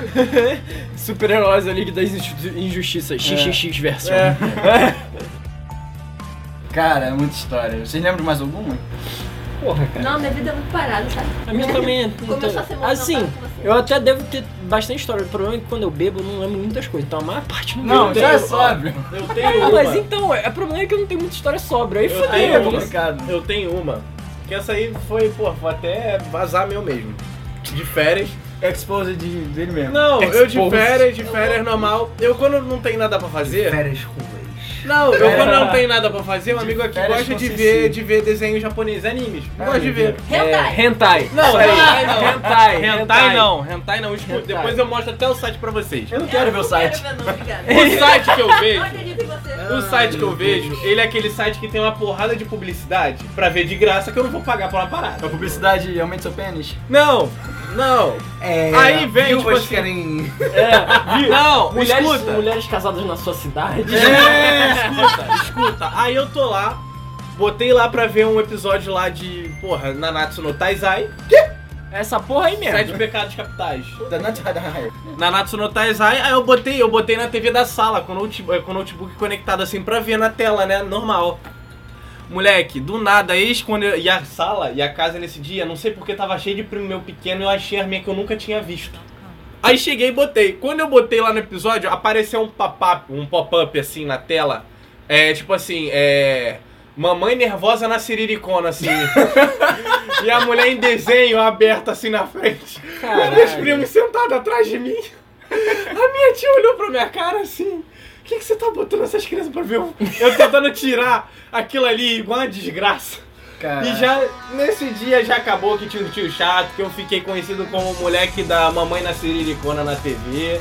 Super-heróis, a Liga das Injusti- Injustiças, XXX versão.
Cara, é muita história. Vocês lembram de mais alguma?
Porra, cara.
Não, minha vida é muito parada, sabe?
A minha também é
Começou
então,
a semana,
Assim,
eu falo com você.
eu até devo ter bastante história. O problema é que quando eu bebo, eu não lembro muitas coisas. Então a maior parte não
Não,
lembro.
já é sóbrio.
Eu
Ah,
tenho
mas
uma.
então, é- o problema é que eu não tenho muita história sobra. Aí
Eu
fodeu,
tenho
eu vou-
uma.
é Complicado.
Eu tenho uma. Que essa aí foi, pô, vou até vazar meu mesmo. De férias.
Exposed de- dele mesmo.
Não, eu de
Exposed.
férias, de férias normal. Eu quando não tem nada pra fazer.
Férias ruins.
Não, eu quando não
É.
tem nada pra fazer, um amigo aqui
férias
gosta
com
de
Cici.
ver, de ver desenho japonês, animes. Gosta de ver.
É,
Hentai.
hentai.
Não, hentai não.
Hentai,
Hentai não, hentai não. Escuta,
Hentai.
Depois eu mostro até o site pra vocês.
Eu não quero ver o site.
Não, quero ver, não, obrigada.
O site que eu
Eu
vejo,
acredito em você.
o site que eu vejo, ele é aquele site que tem uma porrada de publicidade pra ver de graça que eu não vou pagar por uma
A
parada.
publicidade aumenta seu pênis?
Não, não.
É.
Aí vem, tipo
Viúvas
assim-
querem.
É, viu? mulheres,
Não, escuta.
mulheres casadas na sua cidade.
É, escuta, escuta. Aí eu tô lá, botei lá pra ver um episódio lá de, porra, Nanatsu no Taizai,
Essa porra aí mesmo.
Sete Pecados Capitais.
Da Nath Radahai.
Nanatsu no Taizai, aí eu botei, eu botei na TV da sala, com o notebook, com o notebook conectado assim pra ver na tela, né, normal. Moleque, do nada, eis quando eu, E a sala e a casa nesse dia, não sei porque tava cheio de primo meu pequeno e eu achei a minha que eu nunca tinha visto. Aí cheguei e botei. Quando eu botei lá no episódio, apareceu um pop-up, um pop-up assim na tela. É tipo assim, é. Mamãe nervosa na siriricona, assim. e a mulher em desenho aberta assim na frente. E os meus primos sentados atrás de mim. A minha tia olhou pra minha cara assim. O que, que você tá botando essas crianças pra ver? um-?" Eu tentando tirar aquilo ali igual uma desgraça.
Cara.
E já nesse dia já acabou que tinha um tio chato, que eu fiquei conhecido como o moleque da mamãe na Ciriricona na TV.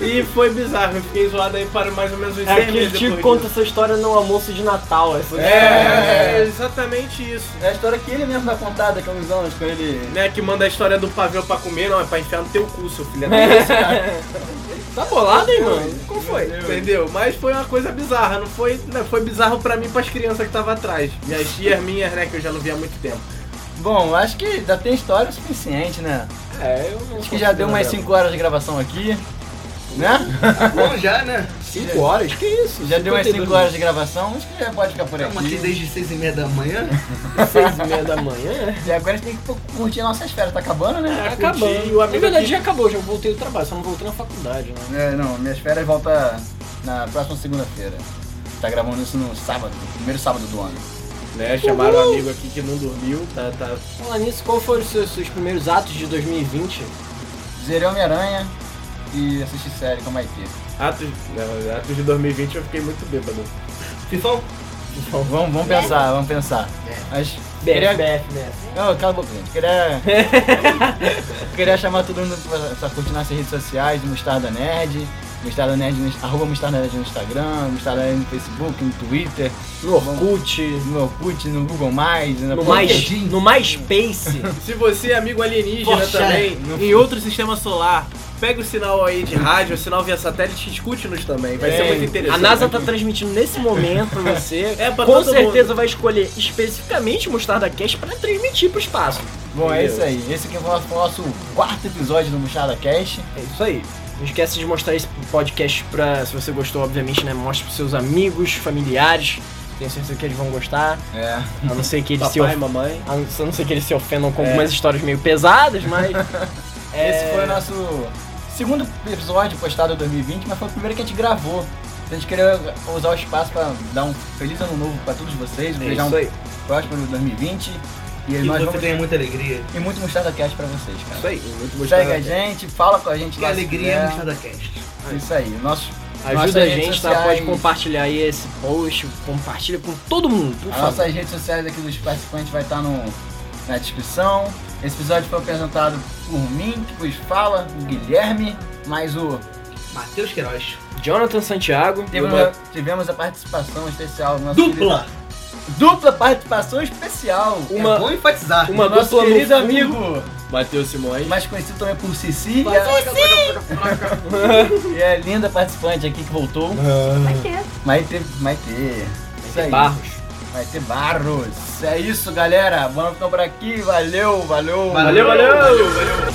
e foi bizarro, eu fiquei zoado aí para mais ou menos uns
É
seis
aquele
meses
tio que
depois
conta essa história no almoço de Natal. Essa
disso. É, é exatamente isso.
É a história que ele mesmo vai contar daqui a uns anos, quando ele.
É.
Né, que manda a história do pavê pra comer, não, é pra enfiar no teu cu, seu filho. É isso, cara.
Tá bolado, hein, mano? Como foi?
Entendeu? Mas foi uma coisa bizarra, não foi. Não, foi bizarro pra mim e pras crianças que estavam atrás. Minhas tias minhas, né, que eu já não via há muito tempo.
Bom, acho que já tem história o suficiente, né?
É, eu não
Acho que já deu umas 5 horas de gravação aqui. Né?
Bom, já, né?
5 horas? Que isso?
Já deu umas 5
52
horas de gravação, acho que já pode ficar por
Estamos
aqui.
aqui desde seis e meia da manhã.
Seis e meia da manhã, é.
E agora a gente tem que curtir nossas férias, tá acabando, né?
Tá
curti,
acabando.
o
Na
amigo
verdade
aqui-
já acabou, já voltei do trabalho, só não voltei na faculdade, né?
É, não, minhas férias voltam na próxima segunda-feira. Tá gravando isso no sábado, primeiro sábado do ano.
Né? Chamaram um amigo aqui que não dormiu, tá, tá.
Falando nisso, qual foram os seus, seus primeiros atos de 2020?
Zerei Homem-Aranha e assisti série com a Maitê.
Atos, não, atos de 2020 eu fiquei muito bêbado.
Fifão,
Bom, vamos, vamos pensar, vamos pensar. Mas queria...
BF, BF.
Não, cala a boca, gente. Queria... queria chamar todo mundo pra, pra curtir nossas redes sociais, Mostarda Nerd, Mostarda Nerd, no, arroba Mostarda Nerd no Instagram, Mostarda Nerd no Facebook, no Twitter,
No Orkut,
no Orkut, no Google+, Mais, na
no,
porra
mais, no MySpace.
Se você é amigo alienígena
Poxa,
é,
também, em outro sistema solar, pega o sinal aí de rádio, o sinal via satélite, escute-nos também. Vai ser
É,
muito interessante.
A NASA tá transmitindo nesse momento pra você.
É, pra
Com
todo
certeza vai escolher especificamente Mostarda Cash pra transmitir pro espaço.
Bom, é isso aí. Esse aqui foi o nosso, foi o nosso quarto episódio do Mostarda Cast.
É isso aí. Não esquece de mostrar esse podcast pra. Se você gostou, obviamente, né? Mostre pros seus amigos, familiares. Tenho certeza que eles vão gostar.
É.
A não ser que eles se
Papai,
of...
mamãe.
a não- a não ser que eles se ofendam com algumas histórias meio pesadas, mas. é,
Esse foi o nosso segundo episódio postado em 2020, mas foi o primeiro que a gente gravou. A gente queria usar o espaço pra dar um feliz ano novo pra todos vocês,
É
desejar um
isso aí.
próspero 2020 e
que
nós
você
vamos
tenha muita alegria.
e muito Mostarda Cast pra vocês,
Isso
cara.
aí, muito
Segue a
gostoso.
gente, fala com a gente
Que
lá se
alegria é
quiser.
no Cast.
Isso aí. Nossos, nossas
Ajuda a
redes
gente, tá? Pode
sociais-
compartilhar aí esse post, compartilha com todo mundo, por
As
favor.
nossas redes sociais aqui dos participantes vai estar no, na descrição. Esse episódio foi apresentado por mim, que vos fala, o Guilherme, mais o.
Matheus Queiroz.
Jonathan Santiago.
Tivemos
eu-
a, tivemos a participação especial do nosso
Dupla!
querido- dupla participação especial!
Uma-
É bom enfatizar.
Uma
do nosso
dupla no
querido
fundo.
amigo,
Matheus Simões.
mais conhecido também por Cici,
Vai,
e
vai, vai, vai, vai, vai, vai, vai.
a, e a linda participante aqui que voltou.
Vai ter.
Maite. Maite. É Isso aí.
Barros.
Maite Barros. É isso, galera. Vamos ficar por aqui. Valeu, valeu.
Valeu, valeu.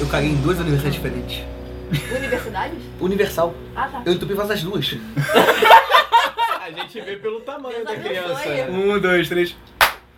Eu caguei em duas universidades diferentes.
Universidades?
Universal.
Ah, tá.
Eu entupi fazer as duas.
A gente vê pelo tamanho
Deus
da
abençoe.
criança. né?
Um, dois, três.